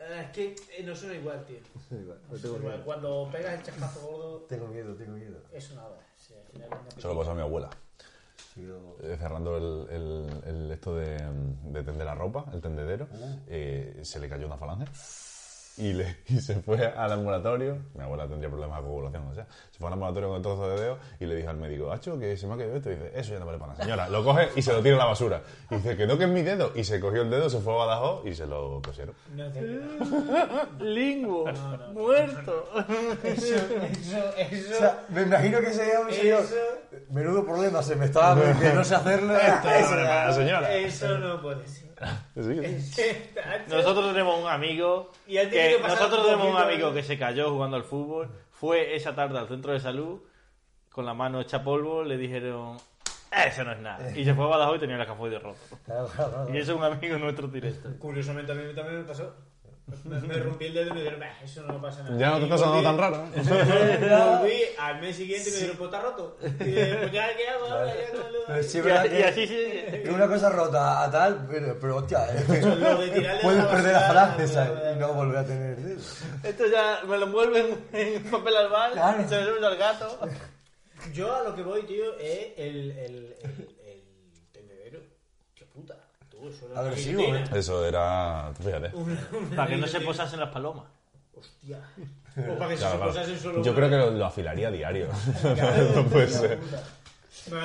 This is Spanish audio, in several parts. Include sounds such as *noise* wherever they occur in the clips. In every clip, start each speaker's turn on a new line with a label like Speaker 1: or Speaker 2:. Speaker 1: Ah, Es que eh, no suena igual, tío.
Speaker 2: Sí, igual,
Speaker 1: No
Speaker 2: lo tengo
Speaker 1: suena igual.
Speaker 2: miedo.
Speaker 1: Cuando pegas el chascazo gordo,
Speaker 2: Tengo miedo, tengo miedo.
Speaker 1: eso nada. Sí, al final viene
Speaker 3: Eso lo pasó a mi abuela.
Speaker 2: Sí, yo-
Speaker 3: Eh, cerrando el, el- el esto de, de tender la ropa, el tendedero, eh, se le cayó una falange y, le, y se fue al ambulatorio. Mi abuela tendría problemas de coagulación, o sea, se fue al ambulatorio con el trozo de dedo y le dije al médico, Hacho, que se me ha caído esto. Y dice, eso ya no vale para nada, señora. Lo coge y se lo tira a la basura. Y dice, que no, que es mi dedo. Y se cogió el dedo, se fue a Badajoz y se lo cosieron.
Speaker 1: No te olvidas.
Speaker 4: Lingo, muerto.
Speaker 1: Eso, *laughs* eso,
Speaker 2: O
Speaker 1: eso.
Speaker 2: sea, me imagino que sería un señor.
Speaker 1: Eso-
Speaker 2: Menudo problema, se me estaba. que no sé hacerlo.
Speaker 3: Eso no vale para la señora.
Speaker 1: Eso no puede
Speaker 3: *laughs*
Speaker 1: ser.
Speaker 3: Sí, sí.
Speaker 4: Nosotros tenemos un amigo.
Speaker 1: Y ha tenido
Speaker 4: que-
Speaker 1: que pasar
Speaker 4: nosotros
Speaker 1: un
Speaker 4: tenemos un
Speaker 1: poquito-
Speaker 4: amigo que se cayó jugando al fútbol. Fue esa tarde al centro de salud con la mano hecha polvo. Le dijeron, eso no es nada.
Speaker 2: Eh.
Speaker 4: Y se fue a Badajoz y tenía el escafoide roto.
Speaker 2: Claro, claro, claro.
Speaker 4: Y ese es un amigo nuestro directo.
Speaker 1: Curiosamente, a mí también me pasó. Me, me rompí el dedo y me dijeron, "Bah, eso no pasa nada.
Speaker 3: Ya no te
Speaker 1: Y
Speaker 3: está sonando
Speaker 1: volví-
Speaker 3: tan raro. ¿eh?
Speaker 1: Volví al mes siguiente y me dijeron, pues está roto. Y dije, pues ya, ¿qué hago ahora? Ya no lo-
Speaker 2: Pero sí,
Speaker 4: Y,
Speaker 2: es verdad
Speaker 4: a- y
Speaker 2: que,
Speaker 4: así sí.
Speaker 2: que una cosa rota a tal, pero, pero hostia, es que
Speaker 1: Lo de tirarle
Speaker 2: puedes
Speaker 1: la
Speaker 2: perder la
Speaker 1: basura,
Speaker 2: falange
Speaker 1: la-
Speaker 2: ¿sabes? y no volver a tener. dedo.
Speaker 4: Esto ya me lo envuelven en papel albal,
Speaker 2: Claro.
Speaker 4: se lo sube al gato.
Speaker 1: Yo a lo que voy, tío, es el, el, el, el tendedero. Qué puta. Tú, eso era una
Speaker 2: Agresivo,
Speaker 1: guillotina.
Speaker 3: Eso era. tú Fíjate.
Speaker 1: Una- una
Speaker 4: *laughs* Para que no se
Speaker 1: guillotina.
Speaker 4: posasen las palomas.
Speaker 3: *laughs*
Speaker 1: Hostia. O para que se
Speaker 3: Claro, claro.
Speaker 1: posasen solo.
Speaker 3: Yo
Speaker 1: una.
Speaker 3: creo que lo, lo afilaría a diario. *laughs* no puede ser.
Speaker 1: Me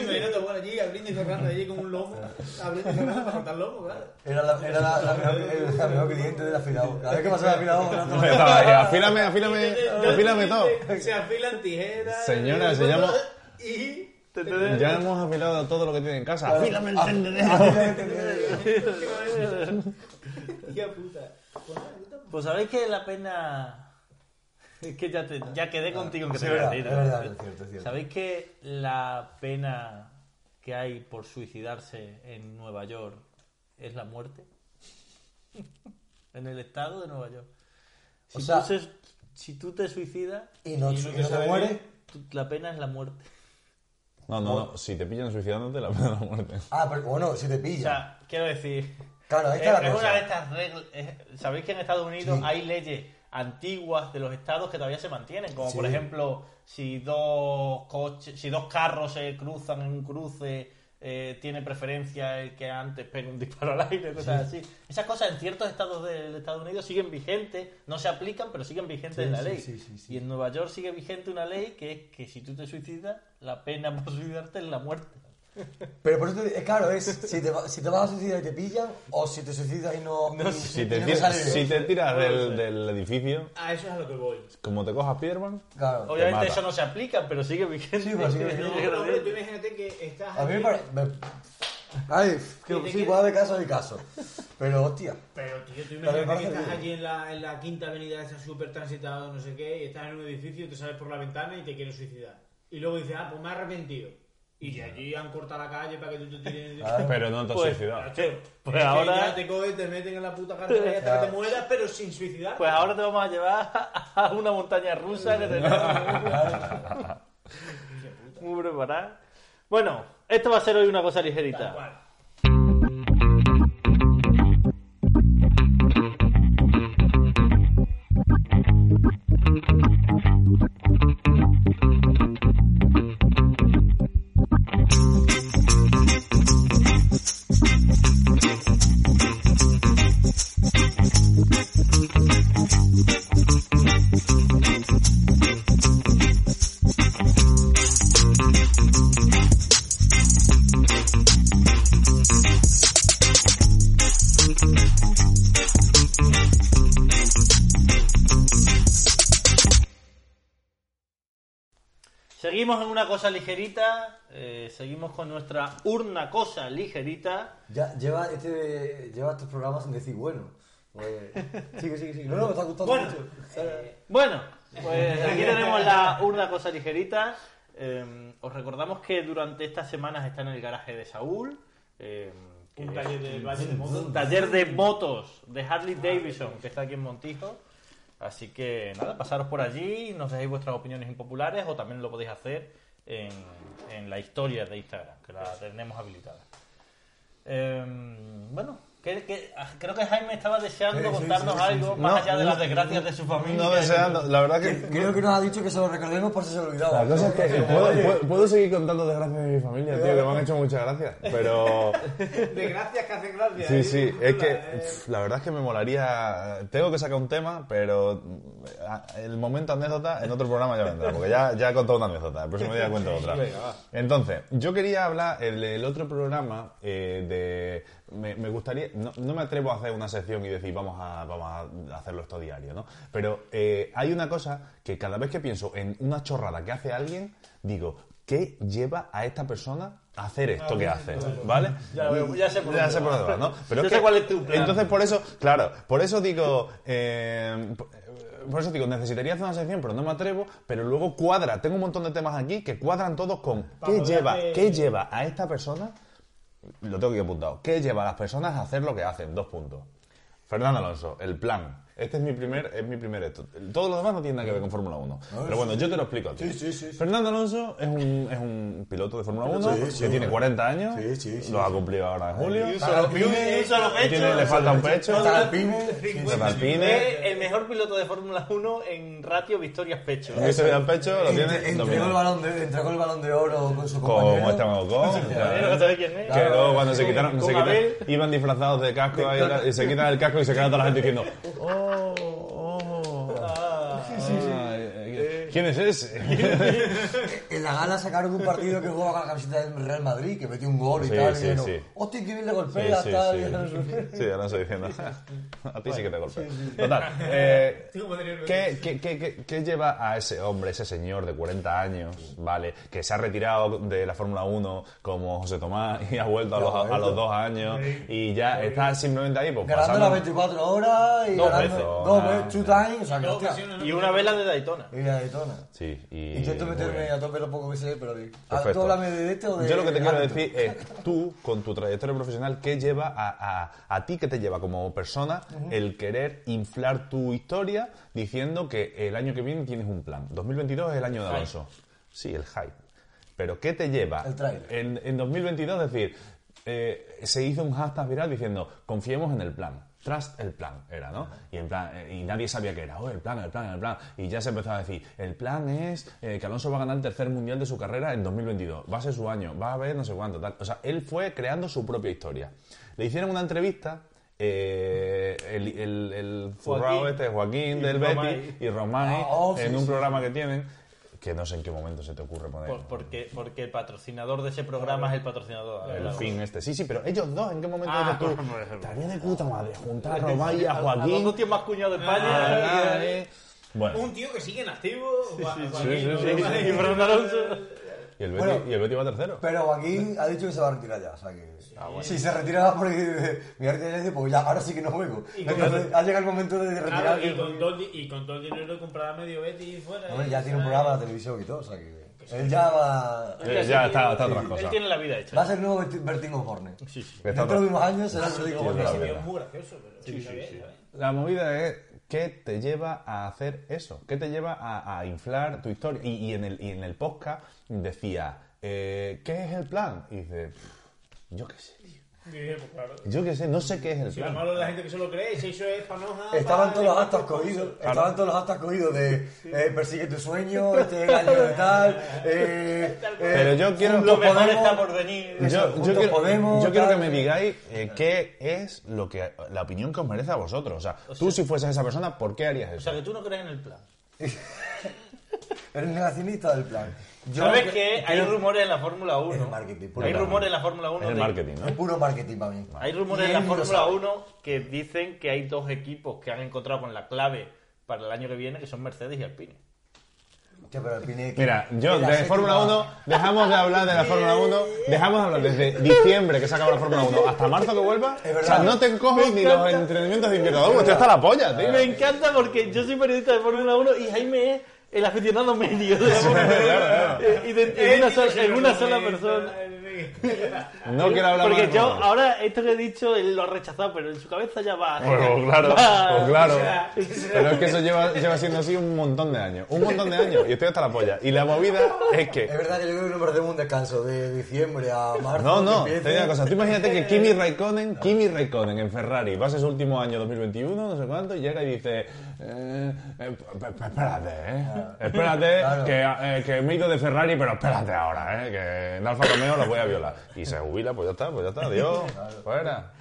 Speaker 1: imagino por allí, abriendo y cerrando allí como un lomo. Abriendo y cerrando para cortar lomo, claro.
Speaker 2: Era la, era la, la mejor, el- la mejor cliente del afilado. Cada vez que pasaba el afilado, hablando-
Speaker 3: Yo *laughs* estaba ahí, afílame, afílame,
Speaker 1: Entonces,
Speaker 3: afílame todo.
Speaker 1: Se afilan tijeras.
Speaker 3: Señora,
Speaker 1: eh,
Speaker 3: se llama-
Speaker 1: Y.
Speaker 3: *laughs* Ya hemos afilado todo lo que tiene en casa. Afílame el
Speaker 1: Tía puta. Pues nada, puta.
Speaker 4: Pues sabéis que la pena. Es que ya, te- ya quedé contigo en que
Speaker 2: Ah, Sí, es
Speaker 4: te voy
Speaker 2: verdad,
Speaker 4: a decir,
Speaker 2: es
Speaker 4: ¿eh?
Speaker 2: verdad, es cierto, es cierto.
Speaker 4: ¿Sabéis que la pena que hay por suicidarse en Nueva York es la muerte? *laughs* en el estado de Nueva York. Si,
Speaker 2: O sea-
Speaker 4: tú, se- si tú te suicidas,
Speaker 2: Y no,
Speaker 1: Y
Speaker 2: y
Speaker 1: no
Speaker 2: no
Speaker 1: te sabe
Speaker 2: te mueres.
Speaker 4: tú- la pena es la muerte.
Speaker 3: No, no, no. Si te pillan suicidándote, la pena de la muerte.
Speaker 2: Ah, pero bueno, si te
Speaker 4: O
Speaker 2: pilla.
Speaker 4: sea, quiero decir.
Speaker 2: Claro, ahí
Speaker 4: es,
Speaker 2: está la
Speaker 4: es
Speaker 2: cosa.
Speaker 4: una de estas reglas. es- Sabéis que en Estados Unidos
Speaker 2: Sí.
Speaker 4: hay leyes antiguas de los estados que todavía se mantienen, como por
Speaker 2: Sí.
Speaker 4: ejemplo, si dos coches, si dos carros se cruzan en un cruce, eh, tiene preferencia el que antes pegue un *laughs* disparo al aire, cosas así. Esas cosas en ciertos estados de, de Estados Unidos siguen vigentes, no se aplican, pero siguen vigentes
Speaker 2: Sí,
Speaker 4: en la
Speaker 2: sí,
Speaker 4: ley.
Speaker 2: sí, sí, sí.
Speaker 4: Y en Nueva York sigue vigente una ley que es que si tú te suicidas, la pena *laughs* por suicidarte es la muerte.
Speaker 2: Pero por eso te, es claro, es si te, va- si te vas a suicidar y te pillan, o si te suicidas y no. y-
Speaker 3: Si
Speaker 2: y
Speaker 3: te,
Speaker 2: no
Speaker 3: tiras-
Speaker 2: sale
Speaker 3: si
Speaker 2: bien.
Speaker 3: te tiras del, del edificio,
Speaker 1: A eso es a lo que voy.
Speaker 3: como te cojas Pierman,
Speaker 2: Claro.
Speaker 3: Te
Speaker 4: Obviamente
Speaker 3: mata.
Speaker 4: eso no se aplica, pero sigue vigente.
Speaker 2: Sí, pero sigue
Speaker 1: No,
Speaker 2: vigente.
Speaker 1: pero, hombre, tú imagínate que estás.
Speaker 2: A mí me
Speaker 1: aquí,
Speaker 2: parece. me- Ay, que,
Speaker 1: ¿Y de
Speaker 2: sí,
Speaker 1: qué?
Speaker 2: puede haber caso y caso. Pero hostia.
Speaker 1: Pero tío, tú
Speaker 2: Pero
Speaker 1: imagínate
Speaker 2: me
Speaker 1: que
Speaker 2: parece
Speaker 1: estás
Speaker 2: bien.
Speaker 1: allí en la, en la quinta avenida, estás súper transitado, no sé qué, y estás en un edificio, te sales por la ventana y te quieres suicidar. Y luego dices, ah, pues me he arrepentido. Y de allí han cortado la calle para que tú te tires.
Speaker 2: Claro.
Speaker 3: pero no te has
Speaker 4: Pues-
Speaker 3: suicidado.
Speaker 4: Pues
Speaker 1: Es que
Speaker 4: ahora,
Speaker 1: Ya te cogen, te meten en la puta cárcel y hasta que te mueras, pero sin suicidar.
Speaker 4: pues ahora te vamos a llevar a una montaña rusa que tenemos muy preparada. Bueno, esto va a ser hoy una cosa ligerita.
Speaker 1: Vale.
Speaker 4: Seguimos en una cosa ligerita, eh, seguimos con nuestra urna cosa ligerita.
Speaker 2: Ya, lleva, este, lleva estos programas sin decir bueno. Pues, sigue, sigue, sigue. No, no, me está gustando
Speaker 1: Bueno,
Speaker 2: mucho.
Speaker 1: eh,
Speaker 4: Bueno, pues
Speaker 1: *laughs*
Speaker 4: aquí tenemos la urna cosa ligerita. Eh, os recordamos que durante estas semanas está en el garaje de Saúl. eh, que
Speaker 1: un
Speaker 4: es-
Speaker 1: taller de Valle de Mozo.
Speaker 4: un taller de motos de Harley Davidson que está aquí en Montijo. Así que nada, pasaros por allí, nos dejéis vuestras opiniones impopulares o también lo podéis hacer en, en la historia de Instagram, que la tenemos habilitada. Eh, bueno, Que- que- creo que Jaime estaba deseando
Speaker 2: Sí, sí,
Speaker 4: contarnos
Speaker 2: sí, sí,
Speaker 4: algo
Speaker 2: sí.
Speaker 4: más
Speaker 3: No,
Speaker 4: allá de
Speaker 3: no,
Speaker 4: las desgracias de su familia.
Speaker 3: No deseando, la verdad que...
Speaker 2: Creo que nos ha dicho que se lo recordemos por si se lo olvidaba.
Speaker 3: La cosa es que puedo, puedo- puedo seguir contando desgracias de mi familia, tío, que me han hecho muchas gracias, pero...
Speaker 1: De gracias que hacen gracias.
Speaker 3: Sí,
Speaker 1: ¿eh?
Speaker 3: sí, es que
Speaker 1: Eh,
Speaker 3: pf, la verdad es que me molaría... Tengo que sacar un tema, pero mm, a- el momento anécdota en otro programa ya vendrá, porque ya, ya he contado una anécdota, el próximo día cuento otra. Entonces, yo quería hablar en el otro programa eh, de... Me, me gustaría... No, no me atrevo a hacer una sección y decir vamos a, vamos a hacerlo esto diario, ¿no? Pero eh, hay una cosa que cada vez que pienso en una chorrada que hace alguien, digo, ¿qué lleva a esta persona a hacer esto que hace? ¿Vale?
Speaker 4: Ah, Ya veo, ya sé por
Speaker 3: ya
Speaker 4: dónde
Speaker 3: sé por
Speaker 4: va.
Speaker 3: dónde
Speaker 2: *laughs*
Speaker 3: va, ¿no? Pero
Speaker 4: Yo
Speaker 3: es
Speaker 4: sé
Speaker 3: que-
Speaker 4: cuál es tu plan.
Speaker 3: Entonces, por eso, claro, por eso digo, eh, por- por eso digo, necesitaría hacer una sección, pero no me atrevo, pero luego cuadra. Tengo un montón de temas aquí que cuadran todos con qué
Speaker 1: poder
Speaker 3: lleva,
Speaker 1: hacer-
Speaker 3: qué lleva a esta persona, lo tengo aquí apuntado, qué lleva a las personas a hacer lo que hacen, dos puntos. Fernando Alonso, el plan. Este es mi primer, es mi primer esto. Todo lo demás no tiene nada que ver con Fórmula 1. Pero bueno, yo te lo explico a ti.
Speaker 2: Ah, Sí, sí, sí, sí.
Speaker 3: Fernando Alonso es un, es un piloto de Fórmula 1
Speaker 2: Sí,
Speaker 3: que
Speaker 2: sí,
Speaker 3: tiene
Speaker 2: sí.
Speaker 3: 40 años,
Speaker 2: Sí, sí, sí,
Speaker 3: lo ha cumplido ahora en julio.
Speaker 2: un solo pine,
Speaker 4: un solo
Speaker 3: Y tiene-
Speaker 4: pecho.
Speaker 3: le falta un pecho.
Speaker 2: Hasta la pyme,
Speaker 3: Se
Speaker 4: Es
Speaker 3: palpine.
Speaker 4: el mejor piloto de Fórmula 1 en ratio victorias pecho.
Speaker 2: Eh.
Speaker 4: *laughs*
Speaker 3: Ese le da el pecho, lo
Speaker 2: entre-
Speaker 3: tiene
Speaker 2: entregó el
Speaker 3: dominado.
Speaker 2: balón de entregó el balón de oro con su
Speaker 3: Como
Speaker 2: compañero.
Speaker 3: Esteban
Speaker 2: *laughs*
Speaker 3: Ocon.
Speaker 4: compañero, que sabe quién es.
Speaker 3: Que luego cuando se
Speaker 4: Con-
Speaker 3: quitaron, se
Speaker 4: con
Speaker 3: quitaron-
Speaker 4: Abel.
Speaker 3: iban disfrazados de casco ahí, y se quitan el casco y se queda toda la gente diciendo, oh, oh. Ah, eh, eh, ¿Quién es ese?
Speaker 2: En la gala sacaron un partido que jugaba con la camiseta del Real Madrid, que metió un gol y
Speaker 3: Sí,
Speaker 2: tal.
Speaker 3: sí,
Speaker 2: y dijeron,
Speaker 3: sí.
Speaker 2: Hostia, qué bien le
Speaker 3: Sí,
Speaker 2: golpea,
Speaker 3: sí,
Speaker 2: tal. y
Speaker 3: sí.
Speaker 2: dijeron,
Speaker 3: *laughs* Sí, ahora estoy diciendo. A ti sí que te golpea. Total. eh,
Speaker 1: Sí, como tenía el
Speaker 3: ¿qué, qué, qué, qué- qué lleva a ese hombre, ese señor de 40 años, ¿vale? Que se ha retirado de la Fórmula 1 como José Tomás y ha vuelto a los, a los dos años y ya está simplemente ahí, pues
Speaker 2: Ganando las
Speaker 3: pasando.
Speaker 2: 24 horas y
Speaker 3: Dos
Speaker 2: ganando
Speaker 3: veces.
Speaker 2: dos veces, two times. O sea, que
Speaker 1: dos
Speaker 2: hostia.
Speaker 1: ocasiones, ¿no?
Speaker 4: Y una vela de Daytona.
Speaker 2: Y la detona.
Speaker 3: Sí, y.
Speaker 2: Intento
Speaker 3: muy
Speaker 2: meterme
Speaker 3: bien.
Speaker 2: a tope lo poco que sé, pero bien. Ah,
Speaker 3: Perfecto.
Speaker 2: ¿Tú háblame de este o de
Speaker 3: Yo lo que te quiero
Speaker 2: Hamilton?
Speaker 3: decir es, tú, con tu trayectoria profesional, ¿qué lleva a, a- a ti, qué te lleva como persona el querer inflar tu historia diciendo que el año que viene tienes un plan? 2022 es el año de
Speaker 4: hype.
Speaker 3: Alonso. Sí, el hype. Pero ¿qué te lleva
Speaker 2: El tráiler.
Speaker 3: en, en 2022 decir, eh, se hizo un hashtag viral diciendo, confiemos en el plan. Trust el plan, era, ¿no? Y, en plan, eh, y nadie sabía qué era. Oh, el plan, el plan, el plan. Y ya se empezó a decir, el plan es eh, que Alonso va a ganar el tercer mundial de su carrera en 2022. Va a ser su año, va a haber no sé cuánto, tal. O sea, él fue creando su propia historia. Le hicieron una entrevista, eh, el, el, el zurrao
Speaker 4: Joaquín.
Speaker 3: este, Joaquín
Speaker 4: Y
Speaker 3: del
Speaker 4: Romay.
Speaker 3: Betis y Román,
Speaker 2: Ah, oh, sí,
Speaker 3: en un
Speaker 2: sí,
Speaker 3: programa que tienen, que no sé en qué momento se te ocurre poner.
Speaker 4: Por- porque, porque el patrocinador de ese programa es el patrocinador.
Speaker 3: El fin este. Sí, sí, pero ellos dos, ¿en qué momento
Speaker 4: Ah,
Speaker 3: dices
Speaker 4: *laughs*
Speaker 3: tú?
Speaker 4: por ejemplo.
Speaker 3: Estaría de puta madre
Speaker 4: *laughs*
Speaker 3: juntar a Román y a
Speaker 4: A los
Speaker 3: Joaquín.
Speaker 4: dos tíos más cuñados de España. *laughs*
Speaker 3: Ah, eh. Bueno,
Speaker 1: Un tío que sigue en activo. Gua-
Speaker 3: sí, sí,
Speaker 1: Joaquín,
Speaker 3: sí,
Speaker 1: Gua-
Speaker 4: Y Fernando Alonso.
Speaker 3: y el Betty,
Speaker 2: Bueno.
Speaker 3: y el Betis va tercero.
Speaker 2: Pero Joaquín ha dicho que se va a retirar ya. O sea que. Si se retiraba por mi arte pues ya, ahora sí que no juego. Entonces, ha llegado el momento de
Speaker 1: Claro,
Speaker 2: retirar.
Speaker 1: y con todo el di- y con todo el dinero compraba medio Betty y fuera.
Speaker 2: Hombre,
Speaker 1: y-
Speaker 2: ya tiene un programa de televisión y todo. O sea que. Él ya va.
Speaker 3: Eh, ya está, está otras
Speaker 4: Él
Speaker 3: cosas.
Speaker 4: tiene la vida hecha.
Speaker 2: Va a ser el nuevo Berti- Bertín Osborne.
Speaker 4: Sí, sí.
Speaker 3: Está
Speaker 2: Dentro
Speaker 3: otra-
Speaker 2: de unos años será el
Speaker 1: Luego que
Speaker 3: Sí, la
Speaker 1: se
Speaker 2: ridículo.
Speaker 1: vio
Speaker 3: verdad.
Speaker 1: muy gracioso, pero sí, está bien, está bien.
Speaker 3: La movida es qué te lleva a hacer eso, qué te lleva a, a inflar tu historia. Y, y en el, y en el podcast decía, eh, ¿qué es el plan? Y dice, "Pff, yo qué sé, tío.
Speaker 1: Sí, pues claro.
Speaker 3: yo qué sé, no sé qué es el
Speaker 1: Si lo
Speaker 3: plan.
Speaker 1: malo de la gente que se lo cree, si eso es panoja.
Speaker 2: Estaban
Speaker 1: pa-
Speaker 2: todos los actos
Speaker 4: *laughs*
Speaker 2: cogidos, estaban todos los actos cogidos de eh, persigue tu sueño, este es el año de tal, eh, eh,
Speaker 3: Pero yo quiero-
Speaker 2: juntos
Speaker 4: Lo mejor
Speaker 2: podemos-
Speaker 4: está por venir.
Speaker 2: Eso,
Speaker 3: Yo, yo
Speaker 2: juntos
Speaker 3: quiero,
Speaker 2: podemos,
Speaker 3: yo quiero que
Speaker 2: tal.
Speaker 3: me digáis eh, qué es lo que la opinión que os merece a vosotros. O sea, tú si fueses esa persona, ¿por qué harías
Speaker 4: O
Speaker 3: eso?
Speaker 4: sea, que tú no crees en el plan.
Speaker 2: El negacionista del plan. Yo
Speaker 4: ¿Sabes
Speaker 2: creo-
Speaker 4: que hay rumores en la Fórmula 1?
Speaker 2: Es marketing, puro
Speaker 4: Hay
Speaker 2: marketing.
Speaker 4: rumores en la Fórmula 1.
Speaker 3: es el
Speaker 4: de-
Speaker 3: marketing,
Speaker 2: Es
Speaker 3: ¿no?
Speaker 2: puro marketing para mí.
Speaker 4: Hay rumores
Speaker 2: Y
Speaker 4: en la
Speaker 2: él lo
Speaker 4: Fórmula
Speaker 2: sabe.
Speaker 4: 1 que dicen que hay dos equipos que han encontrado con la clave para el año que viene, que son Mercedes y Alpine.
Speaker 2: Hostia, pero el Pine-
Speaker 3: *laughs* Mira, yo
Speaker 2: Mira,
Speaker 3: de
Speaker 2: séptima.
Speaker 3: Fórmula 1 dejamos de hablar de la Fórmula 1, dejamos de hablar desde diciembre que se acaba la Fórmula 1 hasta marzo que vuelva.
Speaker 2: verdad.
Speaker 3: O sea, no te encoges ni los entrenamientos de invierno. Esto está la polla, tío.
Speaker 4: Me encanta porque yo soy periodista de Fórmula 1 y Jaime es el aficionado medio de la Fórmula 1.
Speaker 3: claro,
Speaker 1: *laughs*
Speaker 3: claro.
Speaker 4: Eh, y de- en, una sola, en una sola persona.
Speaker 1: El-
Speaker 3: No quiero hablar
Speaker 4: Porque
Speaker 3: más de
Speaker 4: yo,
Speaker 3: Juan.
Speaker 4: ahora, esto que he dicho, él lo ha rechazado, pero en su cabeza ya va. *laughs*
Speaker 3: Bueno, claro,
Speaker 4: va-
Speaker 3: pues claro.
Speaker 4: Ah, o sea, *laughs*
Speaker 3: Pero es que eso lleva, lleva siendo así un montón de años. Un montón de años. Y estoy hasta la polla. Y la movida es que.
Speaker 2: Es verdad que yo creo que nos merecemos un descanso de diciembre a marzo.
Speaker 3: No, no,
Speaker 2: que
Speaker 3: te
Speaker 2: empiece.
Speaker 3: digo una cosa. Tú imagínate que Kimi Raikkonen, Kimi Raikkonen en Ferrari, va a ser su último año 2021, no sé cuánto, y llega y dice: eh, eh, p- p- Espérate, eh. Espérate,
Speaker 2: Claro.
Speaker 3: que, eh, que me he ido de Ferrari, pero espérate ahora, eh, que en Alfa Romeo lo voy a violar. Y se jubila, pues ya está, pues ya está, adiós, fuera.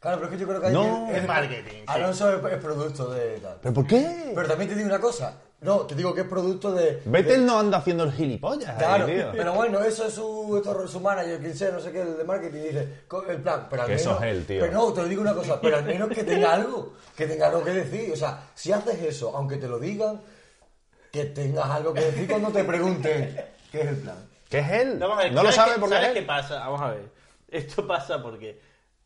Speaker 2: Claro, pero es que yo creo que ahí
Speaker 3: No,
Speaker 4: es marketing, sí.
Speaker 2: Alonso es, es producto de tal.
Speaker 3: ¿Pero por qué?
Speaker 2: Pero también te digo una cosa. No, te digo que es producto de.
Speaker 3: Vettel no anda haciendo el gilipollas, ahí,
Speaker 2: Claro,
Speaker 3: tío.
Speaker 2: pero bueno, eso es su, esto- su manager, quien sea, no sé qué, el de marketing, dice, co- el plan, pero al
Speaker 3: Que
Speaker 2: menos...
Speaker 3: eso es él, tío.
Speaker 2: Pero no, te lo digo una cosa, pero al menos que tenga algo, que tenga algo que decir. O sea, si haces eso, aunque te lo digan, que tengas algo que decir cuando te pregunten qué es el plan.
Speaker 3: ¿Qué es él?
Speaker 4: vamos a ver,
Speaker 3: no lo
Speaker 4: ¿sabes
Speaker 3: sabe
Speaker 4: qué-
Speaker 3: porque
Speaker 4: ¿Sabes
Speaker 3: es
Speaker 4: qué
Speaker 3: él.
Speaker 4: pasa? Vamos a ver. Esto pasa porque.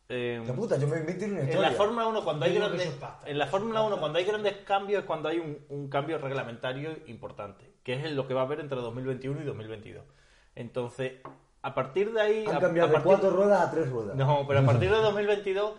Speaker 4: eh,
Speaker 2: La puta, yo me invento una
Speaker 4: En
Speaker 2: historia.
Speaker 4: la Fórmula 1 cuando hay
Speaker 1: Yo digo que
Speaker 4: grandes
Speaker 1: eso es pasta.
Speaker 4: en la Fórmula 1 cuando hay grandes cambios es cuando hay un, un cambio reglamentario importante, que es lo que va a haber entre 2021 y 2022. Entonces, a partir de ahí
Speaker 2: Han
Speaker 4: a-
Speaker 2: cambiado
Speaker 4: a
Speaker 2: de
Speaker 4: partir-
Speaker 2: cuatro ruedas a tres ruedas.
Speaker 4: No, pero a partir de 2022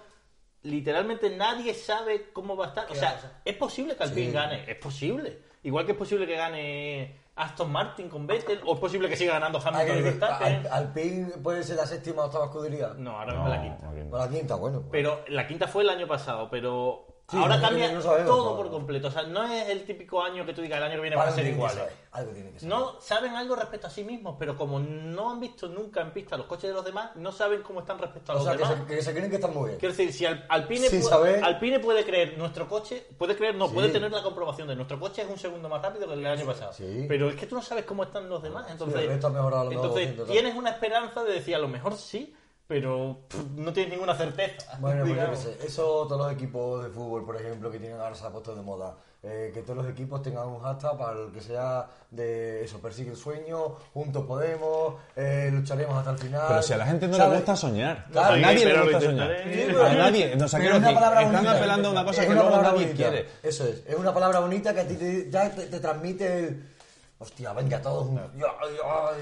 Speaker 4: literalmente nadie sabe cómo va a estar, o sea, es posible que Alpine gane, es posible. Igual que es posible que gane Aston Martin con Vettel o es posible que siga ganando
Speaker 2: Hay que
Speaker 4: Hamilton y
Speaker 2: decir,
Speaker 4: Verstappen.
Speaker 2: al, al PIN puede ser la séptima o octava escudería.
Speaker 4: No, ahora mismo
Speaker 3: No,
Speaker 4: es la quinta.
Speaker 3: aquí no.
Speaker 2: O la quinta, bueno. pues,
Speaker 4: Pero la quinta fue el año pasado, pero
Speaker 2: Sí,
Speaker 4: ahora
Speaker 2: no,
Speaker 4: cambia
Speaker 2: no, no sabemos,
Speaker 4: todo
Speaker 2: no.
Speaker 4: por completo. O sea, no es el típico año que tú digas el año que viene
Speaker 2: Algo
Speaker 4: van a ser
Speaker 2: tiene que
Speaker 4: iguales.
Speaker 2: saber, Algo tiene que ser.
Speaker 4: No saben algo respecto a sí mismos, pero como no han visto nunca en pista los coches de los demás, no saben cómo están respecto a
Speaker 2: o
Speaker 4: los
Speaker 2: sea, que
Speaker 4: demás.
Speaker 2: se, que se creen que están muy bien.
Speaker 4: Quiero decir, si Al- Alpine,
Speaker 2: Sin
Speaker 4: pu-
Speaker 2: saber-
Speaker 4: Alpine puede creer nuestro coche, puede creer, no,
Speaker 2: Sí.
Speaker 4: puede tener la comprobación de nuestro coche es un segundo más rápido que el del año pasado.
Speaker 2: Sí.
Speaker 4: Pero es que tú no sabes cómo están los demás. Entonces,
Speaker 2: el resto ha mejorado a lo mejor
Speaker 4: entonces
Speaker 2: 200, tal.
Speaker 4: tienes una esperanza de decir, a lo mejor sí, pero pff, no tienes ninguna certeza.
Speaker 2: Bueno, pues yo qué
Speaker 4: digamos.
Speaker 2: sé, eso todos los equipos de fútbol, por ejemplo, que tienen ahora se ha puesto de moda, eh, que todos los equipos tengan un hashtag para el que sea de eso, persigue el sueño, juntos podemos, eh, lucharemos hasta el final.
Speaker 3: Pero si a la gente no le
Speaker 2: ¿sabes?
Speaker 3: gusta soñar.
Speaker 2: Claro.
Speaker 3: a nadie
Speaker 4: Pero
Speaker 3: le
Speaker 4: lo
Speaker 3: gusta soñar.
Speaker 4: intentaré.
Speaker 2: Sí,
Speaker 3: A nadie. No, o
Speaker 2: pero
Speaker 3: sea, quiero
Speaker 2: es una
Speaker 3: decir,
Speaker 2: palabra
Speaker 3: están
Speaker 2: bonita.
Speaker 3: apelando a una cosa
Speaker 2: Es
Speaker 3: que
Speaker 2: una
Speaker 3: luego
Speaker 2: palabra
Speaker 3: nadie
Speaker 2: bonita.
Speaker 3: quiere.
Speaker 2: Eso es, es una palabra bonita que a ti te, ya te, te transmite el. Hostia, venga, todos. juntos.